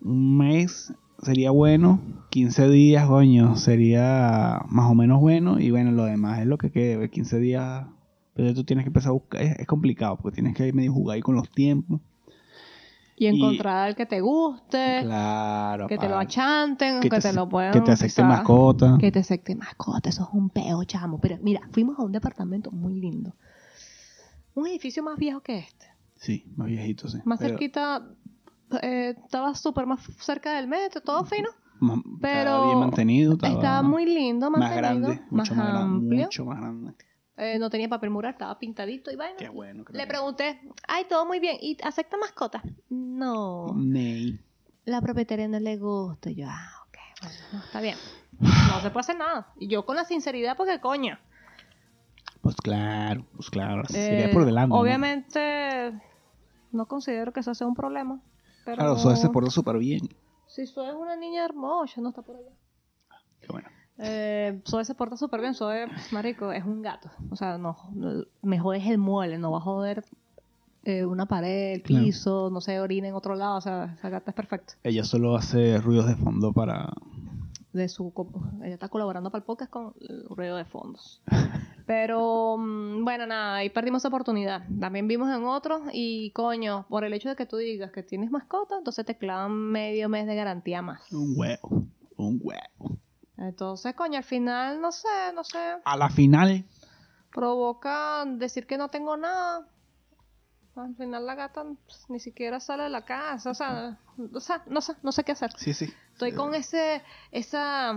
Speaker 1: un mes. Sería bueno, 15 días, coño, sería más o menos bueno. Y bueno, lo demás es lo que quede, 15 días. Pero tú tienes que empezar a buscar, es, es complicado porque tienes que medio jugar ahí con los tiempos.
Speaker 2: Y
Speaker 1: Y-
Speaker 2: encontrar al que te guste,
Speaker 1: Claro,
Speaker 2: Eh, que te lo
Speaker 1: aparte.
Speaker 2: achanten, que,
Speaker 1: Que
Speaker 2: te,
Speaker 1: te-
Speaker 2: lo puedan
Speaker 1: Que te acepten
Speaker 2: quizá-
Speaker 1: mascota.
Speaker 2: Que te acepten mascota, eso es un peo, chamo. Pero mira, fuimos a un departamento muy lindo. Un edificio más viejo que este.
Speaker 1: Sí, más viejitos, sí.
Speaker 2: Más
Speaker 1: Pero-
Speaker 2: cerquita, eh, estaba súper más cerca del metro, todo fino.
Speaker 1: ma-
Speaker 2: pero
Speaker 1: estaba bien mantenido.
Speaker 2: Estaba muy lindo,
Speaker 1: más
Speaker 2: mantenido,
Speaker 1: grande, mucho más, grande,
Speaker 2: amplio.
Speaker 1: mucho más grande.
Speaker 2: Eh, no tenía papel mural, estaba pintadito y vaina.
Speaker 1: Qué bueno. creo
Speaker 2: Le
Speaker 1: que-
Speaker 2: pregunté, ay, todo muy bien, ¿y acepta mascota? No.
Speaker 1: Mm. Ney.
Speaker 2: la propietaria no le gusta. Y yo, ah, ok, bueno, no, está bien. No se puede hacer nada. Y yo con la sinceridad, porque coño.
Speaker 1: Pues claro, pues claro. así
Speaker 2: eh,
Speaker 1: sería por delante. ¿no?
Speaker 2: Obviamente, ¿no? considero que eso sea un problema. Pero
Speaker 1: Claro, eso se porta súper bien.
Speaker 2: Si Zoe es una niña hermosa, no está por allá.
Speaker 1: Qué bueno.
Speaker 2: Eh, Zoe se porta súper bien. Zoe, marico, es un gato. O sea, no, no- me jodes el mueble, no va a joder eh, una pared, el
Speaker 1: Claro.
Speaker 2: piso, no se orina en otro lado. O sea, esa gata es perfecta.
Speaker 1: Ella solo hace ruidos de fondo para.
Speaker 2: de su co- ella está colaborando para el podcast con eh, ruido de fondos pero mm, bueno nada ahí perdimos esa oportunidad también vimos en otros y coño por el hecho de que tú digas que tienes mascota entonces te clavan medio mes de garantía más
Speaker 1: Un huevo. Un huevo.
Speaker 2: entonces coño al final no sé no sé
Speaker 1: A la final,
Speaker 2: provoca decir que no tengo nada al final la gata pues, ni siquiera sale de la casa o sea, o sea no sé no sé qué hacer
Speaker 1: sí, sí.
Speaker 2: Estoy con ese, esa,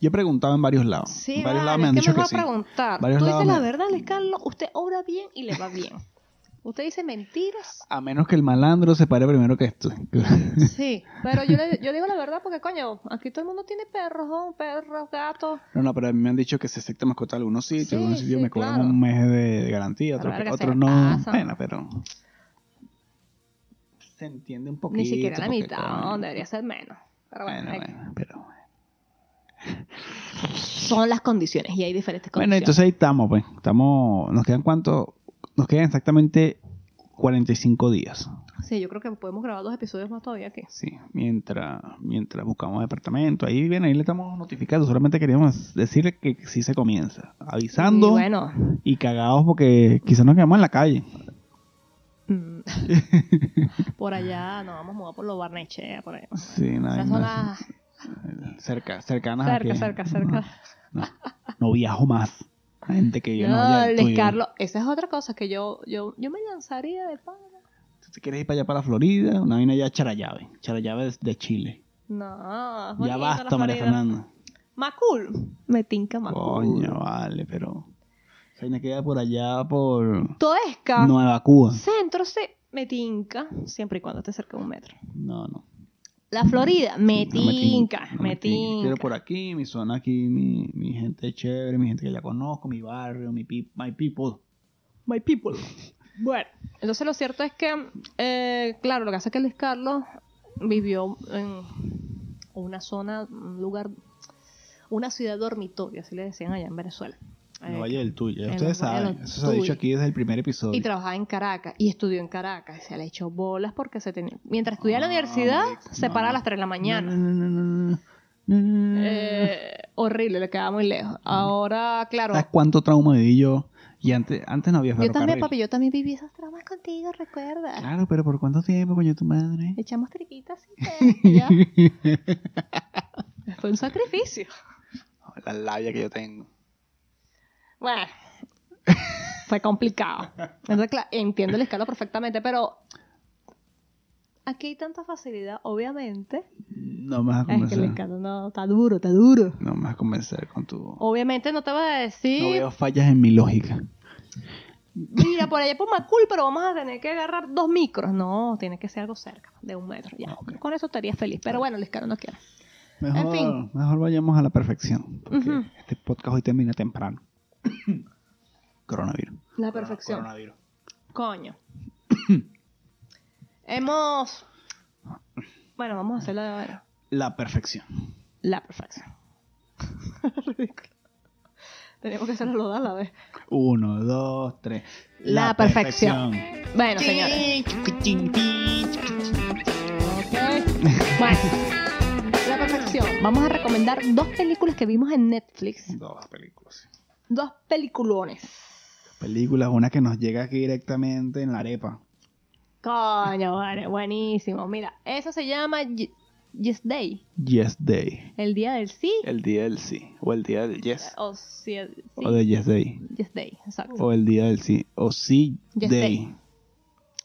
Speaker 1: Yo he preguntado en varios lados.
Speaker 2: Sí,
Speaker 1: en varios
Speaker 2: vale,
Speaker 1: lados me
Speaker 2: es
Speaker 1: han
Speaker 2: que
Speaker 1: dicho que
Speaker 2: mejor
Speaker 1: sí.
Speaker 2: preguntar.
Speaker 1: Varios
Speaker 2: Tú
Speaker 1: lados
Speaker 2: dices la
Speaker 1: me-
Speaker 2: verdad, Luis Carlos, usted obra bien y le va bien. Usted dice mentiras.
Speaker 1: A menos que el malandro se pare primero que esto.
Speaker 2: Sí, pero yo, le- yo digo la verdad porque, coño, aquí todo el mundo tiene perros, ¿no? perros, gatos.
Speaker 1: no, no, pero a mí me han dicho que se acepta mascota en algunos sitios.
Speaker 2: Sí,
Speaker 1: en algunos sitios
Speaker 2: sí,
Speaker 1: me cobran
Speaker 2: claro.
Speaker 1: un mes de, de garantía,
Speaker 2: Pero
Speaker 1: otros
Speaker 2: verga, se
Speaker 1: otro
Speaker 2: la
Speaker 1: no.
Speaker 2: pasan.
Speaker 1: Pena, pero. Se entiende un poquito.
Speaker 2: Ni siquiera la
Speaker 1: porque,
Speaker 2: mitad,
Speaker 1: coño,
Speaker 2: ¿no? debería ser menos. Pero bueno,
Speaker 1: Bueno,
Speaker 2: eh,
Speaker 1: bueno, pero.
Speaker 2: son las condiciones y hay diferentes
Speaker 1: Bueno,
Speaker 2: condiciones.
Speaker 1: entonces ahí estamos, pues. Estamos, nos quedan cuánto, nos quedan exactamente 45 días.
Speaker 2: Sí, yo creo que podemos grabar dos episodios más todavía aquí.
Speaker 1: Sí, mientras, mientras buscamos departamento, ahí viene, ahí le estamos notificando. Solamente queríamos decirle que sí se comienza, avisando
Speaker 2: Y
Speaker 1: y,
Speaker 2: bueno,
Speaker 1: cagados porque quizás nos quedamos en la calle.
Speaker 2: mm, por allá nos vamos a mudar por los Barnechea, por ahí.
Speaker 1: Sí, nada más.
Speaker 2: Esas son las
Speaker 1: Cerca, cercanas. a
Speaker 2: cerca,
Speaker 1: que-
Speaker 2: cerca, cerca.
Speaker 1: No, no viajo más. La gente que yo no,
Speaker 2: No,
Speaker 1: ya
Speaker 2: Luis
Speaker 1: estoy-
Speaker 2: Carlos, esa es otra cosa que yo, yo, yo me lanzaría de pana.
Speaker 1: Si te quieres ir para allá, para la Florida, una vaina ya Charallave, Charallave es de Chile.
Speaker 2: No, es
Speaker 1: ya
Speaker 2: bonito la
Speaker 1: basta, María
Speaker 2: Florida.
Speaker 1: Fernanda.
Speaker 2: Más cool. Me tinca más cool.
Speaker 1: Coño, vale, pero. Se me queda por allá, por.
Speaker 2: Todesca.
Speaker 1: Nueva Cuba.
Speaker 2: Centro se me tinca. Siempre y cuando esté cerca de un metro.
Speaker 1: No, no.
Speaker 2: La Florida, me
Speaker 1: No me
Speaker 2: tinca.
Speaker 1: no
Speaker 2: Me
Speaker 1: Quiero
Speaker 2: tinca.
Speaker 1: por aquí, mi zona aquí, mi, mi gente chévere, mi gente que ya conozco, mi barrio, mi pe- my people. My people.
Speaker 2: Bueno, entonces lo cierto es que, eh, claro, lo que hace es que Luis Carlos vivió en una zona, un lugar, una ciudad dormitorio, así le decían allá en Venezuela.
Speaker 1: El
Speaker 2: Eh,
Speaker 1: Valle del Tuyo.
Speaker 2: el
Speaker 1: Ya ustedes
Speaker 2: Valle
Speaker 1: saben.
Speaker 2: del
Speaker 1: Eso se ha dicho
Speaker 2: Tuy.
Speaker 1: aquí desde el primer episodio.
Speaker 2: Y trabajaba en Caracas y estudió en Caracas. y Se le echó bolas porque se tenía. Mientras estudiaba en la
Speaker 1: Ah,
Speaker 2: universidad,
Speaker 1: marico,
Speaker 2: se
Speaker 1: no,
Speaker 2: paraba
Speaker 1: no.
Speaker 2: a las 3 de la mañana.
Speaker 1: No, no, no, no, no, no, Ah, no.
Speaker 2: Eh, horrible, le quedaba muy lejos. Ahora, claro.
Speaker 1: ¿Sabes cuánto trauma viví yo? Y antes, antes no había
Speaker 2: Yo también,
Speaker 1: ferrocarril.
Speaker 2: papi, yo también viví esos traumas contigo, recuerda.
Speaker 1: Claro, pero ¿por cuánto tiempo, coño, tu madre?
Speaker 2: Echamos tripitas y te- ya. Fue un sacrificio.
Speaker 1: La labia que yo tengo.
Speaker 2: Bueno, fue complicado. Entonces, cla- entiendo el escalo perfectamente, pero aquí hay tanta facilidad, obviamente.
Speaker 1: No me vas a
Speaker 2: Es que el
Speaker 1: convencer.
Speaker 2: escalo no está duro, está duro.
Speaker 1: No me vas a convencer con tu...
Speaker 2: Obviamente no te vas a
Speaker 1: No
Speaker 2: decir,
Speaker 1: veo fallas en mi lógica.
Speaker 2: mira, por allá por Macul, pero vamos a tener que agarrar dos micros. No, tiene que ser algo cerca, de un metro. Ya.
Speaker 1: Ah, ok.
Speaker 2: Con eso estaría feliz. Pero bueno, el escalo no quiere.
Speaker 1: Mejor,
Speaker 2: En fin.
Speaker 1: mejor vayamos a la perfección. Porque
Speaker 2: Ujú.
Speaker 1: este podcast hoy termina temprano. Coronavirus.
Speaker 2: La perfección.
Speaker 1: Coronavirus.
Speaker 2: Coño. Hemos. Bueno, vamos a hacer la,
Speaker 1: La perfección.
Speaker 2: la perfección. Ridículo. Tenemos que hacerlo los dos a la vez.
Speaker 1: Uno, dos, tres.
Speaker 2: La Bueno, señores. Ok. Bueno. La perfección. Vamos a recomendar dos películas que vimos en Netflix.
Speaker 1: Dos películas.
Speaker 2: Dos peliculones.
Speaker 1: Películas, una que nos llega aquí directamente en la arepa.
Speaker 2: Coño, vale, buenísimo. Mira, eso se llama Ye- Yes Day,
Speaker 1: Yes Day.
Speaker 2: el día del sí.
Speaker 1: El día del sí. O el día del yes.
Speaker 2: O sí, el- sí,
Speaker 1: O de Yes Day.
Speaker 2: Yes Day, exacto.
Speaker 1: O el día del sí. O sí
Speaker 2: Yes
Speaker 1: Day.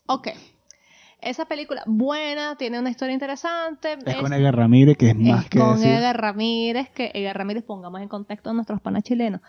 Speaker 2: Ok. Esa película buena, tiene una historia interesante.
Speaker 1: Es con Edgar Ramírez, que es más
Speaker 2: es
Speaker 1: que
Speaker 2: con
Speaker 1: decir.
Speaker 2: Edgar Ramírez, que Edgar Ramírez pongamos en contexto a nuestros panas chilenos.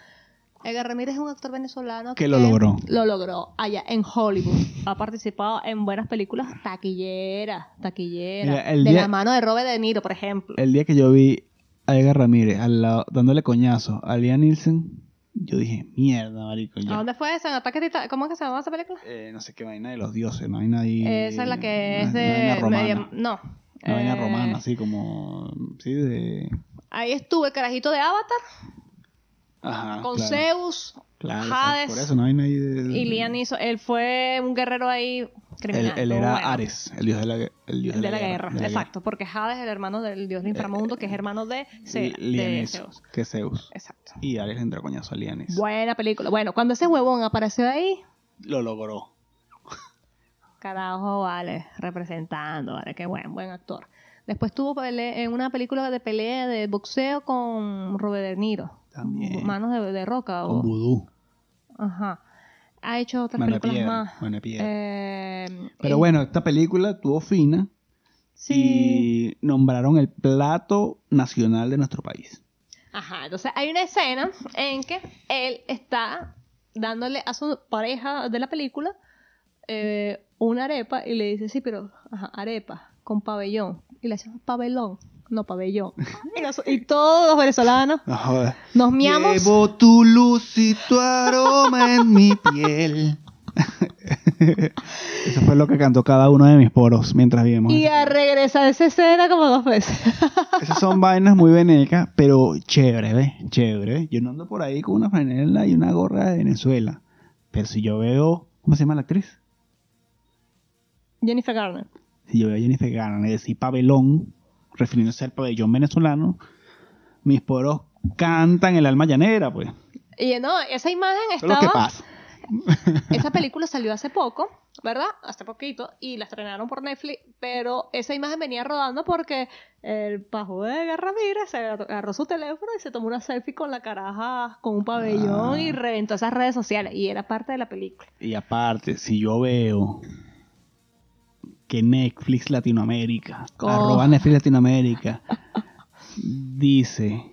Speaker 2: Edgar Ramírez es un actor venezolano
Speaker 1: Que lo logró.
Speaker 2: Lo logró allá en Hollywood. Ha participado en buenas películas taquilleras, taquilleras.
Speaker 1: Mira, el
Speaker 2: de
Speaker 1: día-
Speaker 2: la mano de Robert De Niro, por ejemplo.
Speaker 1: el día que yo vi a Edgar Ramírez al lado- dándole coñazo a Liam Nielsen, yo dije, mierda, marico.
Speaker 2: ¿A
Speaker 1: Ya.
Speaker 2: dónde fue esa? ¿En Ataque Titan- ¿Cómo es que se llama esa película?
Speaker 1: Eh, no sé qué vaina de los dioses, no hay nadie.
Speaker 2: Esa es la que es
Speaker 1: Una vaina
Speaker 2: de...
Speaker 1: romana.
Speaker 2: media- No.
Speaker 1: Una vaina
Speaker 2: Eh,
Speaker 1: romana, así como. Sí, de.
Speaker 2: Ahí estuvo el carajito de Avatar.
Speaker 1: Ajá.
Speaker 2: con
Speaker 1: Ah, claro,
Speaker 2: Zeus,
Speaker 1: claro, o sea,
Speaker 2: Hades
Speaker 1: Por eso no hay nadie.
Speaker 2: y Liam Neeson. Él fue un guerrero ahí
Speaker 1: Él,
Speaker 2: criminal.
Speaker 1: él
Speaker 2: pero
Speaker 1: era
Speaker 2: bueno,
Speaker 1: Ares, el dios de la, el dios
Speaker 2: el de la guerra,
Speaker 1: de la Eh,
Speaker 2: exacto, porque Hades es el hermano del dios del inframundo, que es hermano de, Ce-
Speaker 1: L- Liam
Speaker 2: de
Speaker 1: Neeson,
Speaker 2: Zeus.
Speaker 1: Que es Zeus.
Speaker 2: Exacto.
Speaker 1: Y Ares le entró coñazo a Liam Neeson.
Speaker 2: Buena película. Bueno, cuando ese huevón apareció ahí,
Speaker 1: Lo logró.
Speaker 2: carajo, vale, representando, vale, qué buen, buen actor. Después tuvo pele- en una película de pelea de boxeo con Robert De Niro.
Speaker 1: También.
Speaker 2: Manos de, de roca.
Speaker 1: Con
Speaker 2: o-
Speaker 1: Vudú.
Speaker 2: Ajá. Ha hecho otras
Speaker 1: Mano de
Speaker 2: películas
Speaker 1: piedra,
Speaker 2: más.
Speaker 1: mano de piedra.
Speaker 2: Eh,
Speaker 1: Pero
Speaker 2: y-
Speaker 1: bueno, esta película tuvo fina
Speaker 2: Sí.
Speaker 1: y nombraron el plato nacional de nuestro país.
Speaker 2: Ajá, entonces hay una escena en que él está dándole a su pareja de la película eh, una arepa y le dice, sí, pero ajá, arepa con pabellón. Y le dice, pabellón, no pabellón. Y, nos- y todos los venezolanos
Speaker 1: No jodas.
Speaker 2: nos miamos.
Speaker 1: Llevo tu luz y tu aroma en mi piel. Eso fue lo que cantó cada uno de mis poros mientras vivimos.
Speaker 2: Y a regresar a esa escena como dos veces.
Speaker 1: Esas son vainas muy venecas, pero chévere, ¿ves? Chévere. Yo no ando por ahí con una franela y una gorra de Venezuela. Pero si yo veo. ¿Cómo se llama la actriz?
Speaker 2: Jennifer Garner.
Speaker 1: Si yo veo a Jennifer Garner decir pabellón, refiriéndose al pabellón venezolano, mis poros cantan el alma llanera, pues.
Speaker 2: Y eh, no, esa imagen
Speaker 1: Eso es lo que
Speaker 2: estaba...
Speaker 1: pasa.
Speaker 2: Esa película salió hace poco, ¿verdad? Hace poquito, y la estrenaron por Netflix, pero esa imagen venía rodando porque el pajo de Guerra Ramírez se agarró su teléfono y se tomó una selfie con la caraja, con un pabellón
Speaker 1: Ah.
Speaker 2: y reventó esas redes sociales, y era parte de la película.
Speaker 1: Y aparte, si yo veo que Netflix Latinoamérica,
Speaker 2: Oh.
Speaker 1: arroba Netflix Latinoamérica, dice,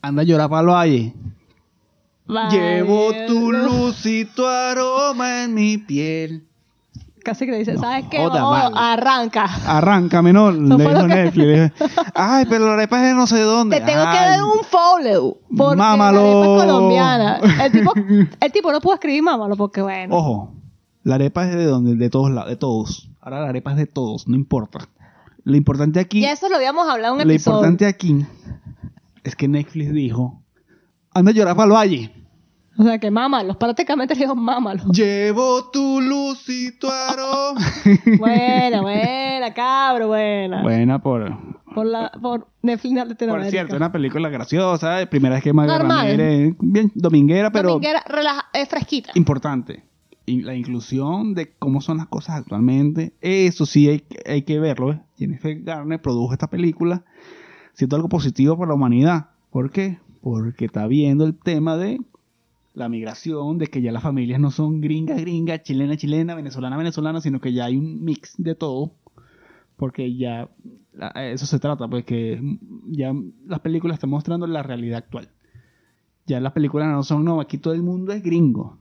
Speaker 1: anda a llorar para el valle. Llevo tu
Speaker 2: Vale.
Speaker 1: luz y tu aroma en mi piel.
Speaker 2: Casi que le dice,
Speaker 1: No
Speaker 2: ¿sabes qué?
Speaker 1: joda,
Speaker 2: Vamos,
Speaker 1: vale.
Speaker 2: arranca.
Speaker 1: Arranca, menor, le
Speaker 2: fue
Speaker 1: dijo
Speaker 2: lo que-
Speaker 1: Netflix. le dijo, Ay, pero la arepa es de no sé dónde.
Speaker 2: Te tengo que
Speaker 1: Ay,
Speaker 2: dar un follow. Porque la
Speaker 1: Mámalo.
Speaker 2: arepa es colombiana. El tipo, el tipo no pudo escribir mámalo porque bueno.
Speaker 1: Ojo, la arepa es de donde, de todos lados, de todos. Ahora la arepa es de todos, no importa. Lo importante aquí
Speaker 2: Y eso lo habíamos hablado en un
Speaker 1: Lo
Speaker 2: episodio.
Speaker 1: importante aquí es que Netflix dijo: Anda a llorar para el valle.
Speaker 2: O sea, que mámalos. Prácticamente le digo mámalos.
Speaker 1: Llevo tu luz y tu aroma.
Speaker 2: Buena, buena, cabro, buena.
Speaker 1: Buena por.
Speaker 2: Por, la, por Netflix Latinoamérica.
Speaker 1: Por cierto, una película graciosa. eh, Primera vez que Maga
Speaker 2: Normal.
Speaker 1: Ramírez. Bien, dominguera, pero
Speaker 2: Dominguera relaja- eh, fresquita.
Speaker 1: importante. Y la inclusión de cómo son las cosas actualmente. Eso sí hay, que- hay que verlo. ¿eh? Jennifer Garner produjo esta película. Siento algo positivo para la humanidad. ¿Por qué? Porque está viendo el tema de la migración, de que ya las familias no son gringa, gringa, chilena, chilena, venezolana, venezolana, sino que ya hay un mix de todo. Porque ya la- eso se trata, pues que ya las películas están mostrando la realidad actual. Ya las películas no son, no, aquí todo el mundo es gringo.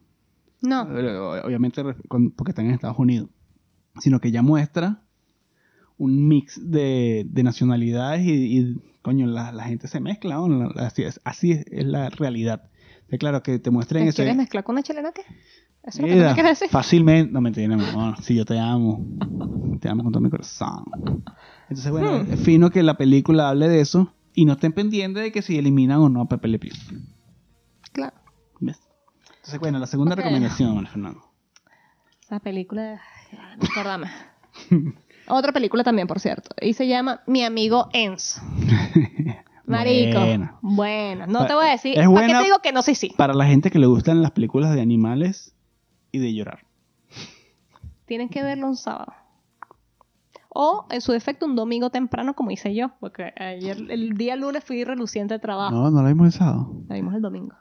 Speaker 2: No.
Speaker 1: Pero, Obviamente ref- con- porque están en Estados Unidos. Sino que ya muestra un mix de, de nacionalidades y, y, coño, la, la gente se mezcla. ¿no? La- la- así, es, así es, es la realidad. Entonces, claro, que te
Speaker 2: ¿Te
Speaker 1: muestren
Speaker 2: quieres
Speaker 1: eso. ¿eh?
Speaker 2: mezclar con una chilena qué? Eso es lo que tú
Speaker 1: Mira,
Speaker 2: me quieres decir.
Speaker 1: fácilmente. No, mentira, mi amor. Si yo te amo. Te amo con todo mi corazón. Entonces, bueno,
Speaker 2: Hmm.
Speaker 1: es fino que la película hable de eso y no estén pendientes de que si eliminan o no a Pepe Le Pew.
Speaker 2: Claro.
Speaker 1: ¿Ves? Entonces, bueno, la segunda
Speaker 2: Ok.
Speaker 1: recomendación, Manuel Fernando.
Speaker 2: Esa película. ay, No acordame. Otra película también, por cierto. Y se llama Mi amigo Enzo. Marico.
Speaker 1: Buena.
Speaker 2: Bueno. No te voy a decir.
Speaker 1: Es
Speaker 2: ¿Para qué
Speaker 1: buena-
Speaker 2: te digo que no sí, sí?
Speaker 1: Para la gente que le gustan las películas de animales y de llorar.
Speaker 2: Tienen que verlo un sábado. O, en su defecto, un domingo temprano, como hice yo. Porque ayer, el día lunes, fui reluciente de trabajo.
Speaker 1: No, no la vimos el sábado.
Speaker 2: La vimos el domingo.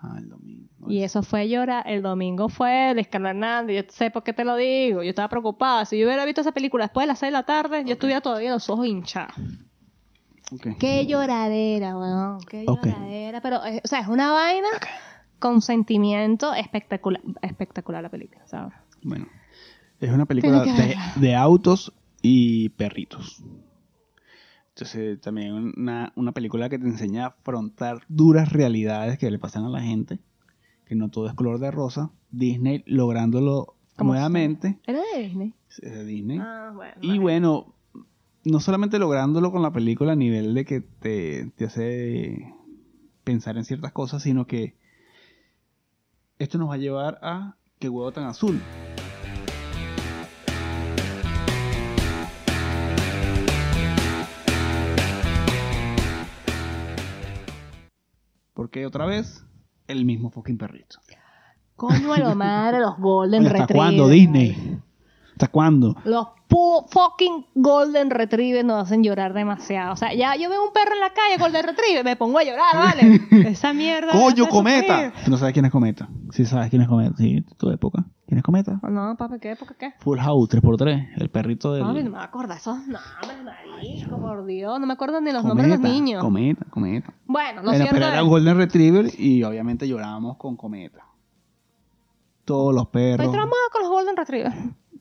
Speaker 1: Ah, el domingo.
Speaker 2: Y eso fue llorar. El domingo fue de Escarla Hernández. Yo sé por qué te lo digo. Yo estaba preocupada. Si yo hubiera visto esa película después de las 6 de la tarde, yo estuviera todavía los ojos hinchados.
Speaker 1: Ok.
Speaker 2: Qué lloradera, weón. Qué
Speaker 1: Ok.
Speaker 2: lloradera. Pero, eh, o sea, es una vaina con sentimiento espectacular. Espectacular la película, ¿sabes?
Speaker 1: Bueno, es una película
Speaker 2: Tiene que
Speaker 1: de, de autos y perritos. Entonces, también una, una película que te enseña a afrontar duras realidades que le pasan a la gente. Que no todo es color de rosa. Disney lográndolo
Speaker 2: ¿Cómo
Speaker 1: nuevamente.
Speaker 2: ¿Era de Disney?
Speaker 1: eh, Disney.
Speaker 2: Ah, bueno.
Speaker 1: Y bueno, no solamente lográndolo con la película a nivel de que te, te hace pensar en ciertas cosas, sino que esto nos va a llevar a qué huevo tan azul. Porque otra vez, el mismo fucking perrito.
Speaker 2: Coño a lo madre, los Golden
Speaker 1: Oye, ¿Hasta
Speaker 2: Retriever.
Speaker 1: cuándo Disney? ¿Hasta cuándo?
Speaker 2: Los pu- fucking Golden Retriever nos hacen llorar demasiado. O sea, ya yo veo un perro en la calle, Golden Retriever, me pongo a llorar, ¿vale?
Speaker 5: Esa mierda. me
Speaker 1: ¡Coño,
Speaker 5: hace
Speaker 1: cometa!
Speaker 5: sufrir.
Speaker 1: Tú no sabes quién es cometa. Sí, sabes quién es cometa. Sí, tu época. ¿Quién es cometa?
Speaker 2: No, papi, ¿qué? ¿Por qué qué?
Speaker 1: Full House 3x3, el perrito del.
Speaker 2: Papi, no me acuerdo de esos nombres, marico, por Dios. No me acuerdo ni los nombres de los niños.
Speaker 1: Cometa, cometa.
Speaker 2: Bueno, lo
Speaker 1: Bueno,
Speaker 2: cierto
Speaker 1: pero era
Speaker 2: es...
Speaker 1: un Golden Retriever y obviamente llorábamos con cometa. Todos los
Speaker 2: Estoy
Speaker 1: perros.
Speaker 2: traumada con los Golden Retriever.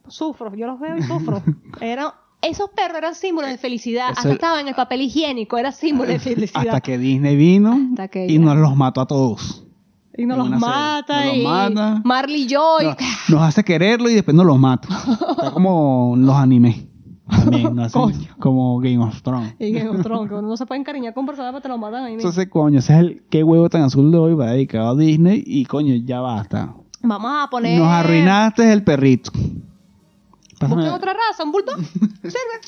Speaker 2: Sufro, yo los veo y sufro. Era, esos perros eran símbolos de felicidad.
Speaker 1: Eso
Speaker 2: Hasta
Speaker 1: era-
Speaker 2: estaban en el papel higiénico, era símbolo de felicidad.
Speaker 1: Hasta que Disney vino
Speaker 2: Hasta que
Speaker 1: y
Speaker 2: ya.
Speaker 1: nos los mató a todos.
Speaker 2: y nos
Speaker 1: en
Speaker 2: los
Speaker 1: una serie. Nos
Speaker 2: mata,
Speaker 1: los
Speaker 2: y
Speaker 1: mata.
Speaker 2: Marley Joy.
Speaker 1: Nos, nos hace quererlo y después nos los mata. Está como los animes. También, nos hacen como Game of Thrones.
Speaker 2: Y que otro, que uno no se puede encariñar con personas, pero te lo matan ahí mismo.
Speaker 1: Entonces, coño, ese es el qué huevo tan azul de hoy para dedicado a Disney y coño, ya basta.
Speaker 2: Vamos a poner.
Speaker 1: Nos arruinaste el perrito. Pásame-
Speaker 2: Busquen otra raza, un bulldog. Sirve.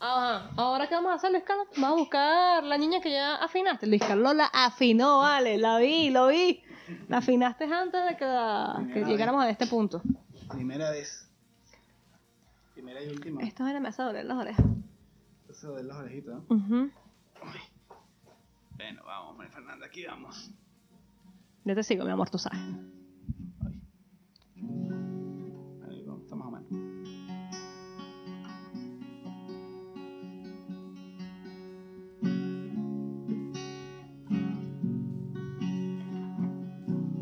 Speaker 2: Ajá. Ahora que vamos a hacer, Lescano, vamos a buscar la niña que ya afinaste. Luis Carlos la afinó, vale, la vi, lo vi. La afinaste antes de que, la- que llegáramos a este punto.
Speaker 1: Primera vez. Primera y última.
Speaker 2: Esto era me hace doler las orejas.
Speaker 1: Eso de las orejitas. ¿no?
Speaker 2: Ujú.
Speaker 1: Bueno, vamos, María Fernanda, aquí vamos.
Speaker 2: Yo te sigo, mi amor, tú sabes.
Speaker 1: Ahí vamos, estamos a mano.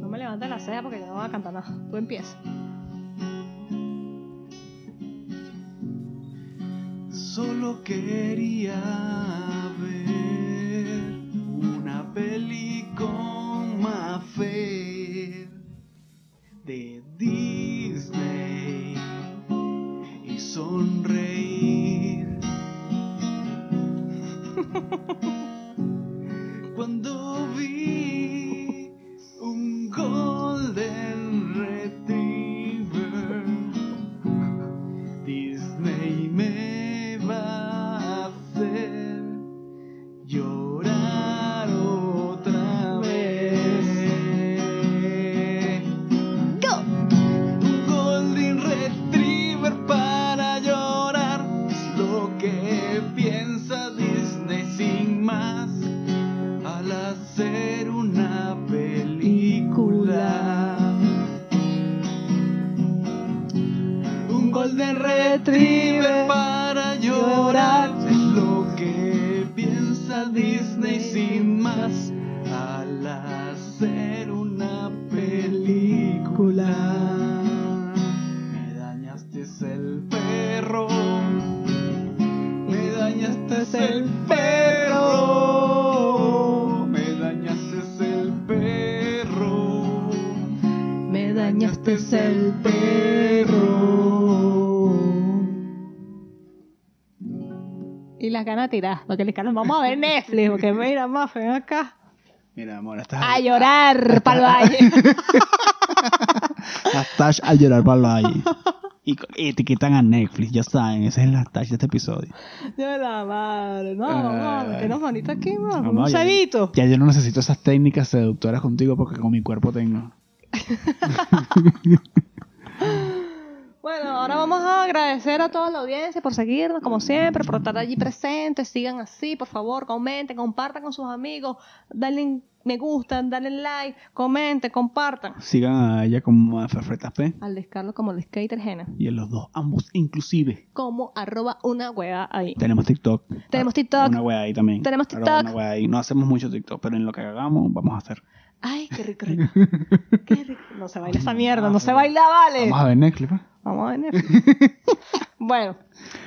Speaker 2: No me levantes la ceja porque yo no voy a cantar nada. Tú empiezas.
Speaker 1: Solo quería ver una peli con Mafer de Disney y sonreír. Cuando vi un Golden Retriever. Disney me va a hacer llorar otra vez. Un Golden Retriever para llorar es lo que piensa Disney sin más al hacer una película. Un golden retriever para llorar es lo que piensa Disney sin más al hacer una película. Me dañaste el perro. Me dañaste el perro. Me dañaste el perro.
Speaker 2: Me
Speaker 1: Este es el perro.
Speaker 2: Y las ganas tirar. Porque Luis Carlos, vamos a ver Netflix. Porque mira, más ven acá.
Speaker 1: Mira, amor, estás
Speaker 2: A llorar para el valle.
Speaker 1: hashtag al llorar para el valle. Y co- etiquetan a Netflix, ya saben, ese es el hashtag de este episodio.
Speaker 2: De la madre. No, no,
Speaker 1: Ay.
Speaker 2: metenos manito aquí, mano.
Speaker 1: Mamá,
Speaker 2: Un
Speaker 1: ya-
Speaker 2: cebito.
Speaker 1: Ya yo no necesito esas técnicas seductoras contigo porque con mi cuerpo tengo.
Speaker 2: Bueno, ahora vamos a agradecer a toda la audiencia por seguirnos, como siempre, por estar allí presentes. Sigan así, por favor, comenten, compartan con sus amigos, denle me gustan, denle like, comenten, compartan.
Speaker 1: Sigan a ella como a Ferfretas P
Speaker 2: Al descargo como el skater Jena,
Speaker 1: y a los dos, ambos inclusive.
Speaker 2: como arroba una hueá ahí.
Speaker 1: Tenemos TikTok. Ah,
Speaker 2: Tenemos TikTok.
Speaker 1: Una wea ahí también.
Speaker 2: Tenemos
Speaker 1: Ahora
Speaker 2: TikTok.
Speaker 1: Una wea ahí. No hacemos mucho TikTok, pero en lo que hagamos vamos a hacer.
Speaker 2: Ay, qué rico, rico. Qué rico. No se baila esa mierda, no se baila, vale.
Speaker 1: Vamos a ver Netflix. ¿eh?
Speaker 2: Vamos a ver. bueno,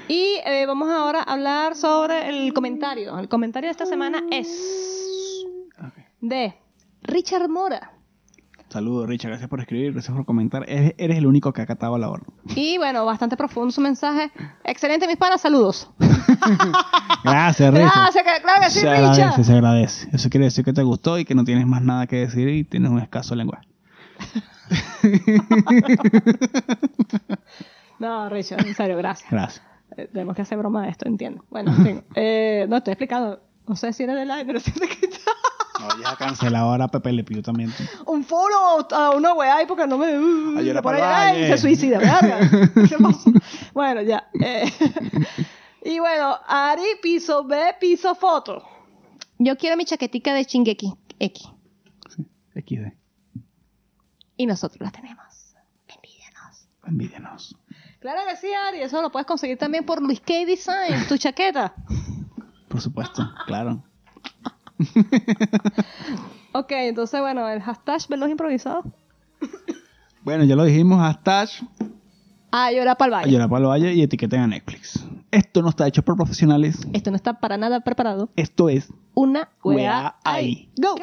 Speaker 2: y eh, vamos ahora a hablar sobre el comentario. El comentario de esta semana es
Speaker 1: Ok.
Speaker 2: de Richard Mora.
Speaker 1: Saludos, Richard. Gracias por escribir, gracias por comentar. Eres, eres el único que ha acatado la orden.
Speaker 2: Y bueno, bastante profundo su mensaje. Excelente, mis panas, saludos. Ah,
Speaker 1: Gracias, Richard.
Speaker 2: Gracias, que- claro que sí,
Speaker 1: Ah, se agradece,
Speaker 2: Richard.
Speaker 1: se agradece. Eso quiere decir que te gustó y que no tienes más nada que decir y tienes un escaso lenguaje.
Speaker 2: No, Richard, en serio, gracias.
Speaker 1: Gracias.
Speaker 2: Eh, tenemos que hacer broma de esto, entiendo. Bueno, en fin, eh, no estoy explicando. No sé si eres de live, pero siento que está.
Speaker 1: No vayas a cancelar ahora a Pepe Le Pew también. tú.
Speaker 5: Un follow a una weá ahí porque no me. uh,
Speaker 1: Ay, yo era
Speaker 5: me pone,
Speaker 1: pa'l
Speaker 5: ay,
Speaker 1: valle.
Speaker 5: se suicida, verga. ¿Qué pasó? Bueno, ya. eh. Y bueno, Ari, piso B, piso foto.
Speaker 2: Yo quiero mi chaquetica de Chingeki X.
Speaker 1: XD.
Speaker 2: Y nosotros la tenemos. Envídenos.
Speaker 1: Envídenos.
Speaker 5: Claro que sí, Ari, eso lo puedes conseguir
Speaker 2: También por Luis K Design, tu chaqueta.
Speaker 1: Por supuesto, claro.
Speaker 5: Ok, entonces, bueno, el hashtag veloz improvisado.
Speaker 1: Bueno, ya lo dijimos, hashtag
Speaker 2: Ah, yo era para el valle.
Speaker 1: Ayora Palo Valle y etiqueten a Netflix. Esto no está hecho por profesionales.
Speaker 2: Esto no está para nada preparado.
Speaker 1: Esto es
Speaker 2: Una
Speaker 1: Weá
Speaker 2: weá
Speaker 1: ahí.
Speaker 2: Go.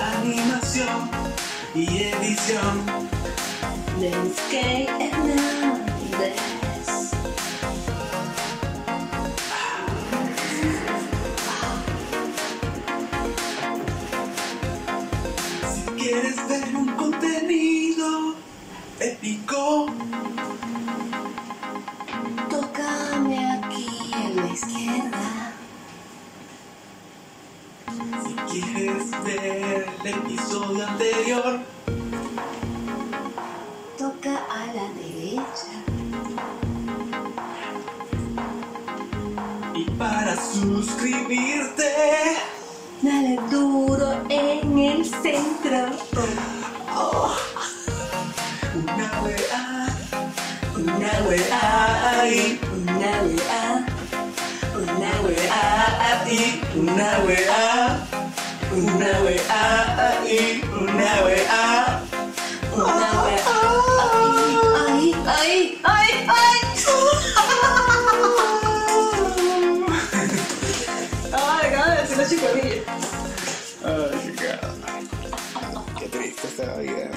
Speaker 6: animación y edición. Si quieres ver un contenido épico,
Speaker 7: Tócame aquí a la izquierda.
Speaker 6: si quieres ver el episodio anterior,
Speaker 7: Toca a la derecha.
Speaker 6: y para suscribirte,
Speaker 7: Dale duro en el centro.
Speaker 6: una weá,
Speaker 7: Una
Speaker 6: weá ahí,
Speaker 7: Una weá. Una weá.
Speaker 6: weá ahí, una weá, una weá ahí, una weá.
Speaker 7: Una weá. Ay, ay, ay, ay.
Speaker 5: Ay, acaba de decir la chicolilla.
Speaker 6: Ay, qué triste esta vida.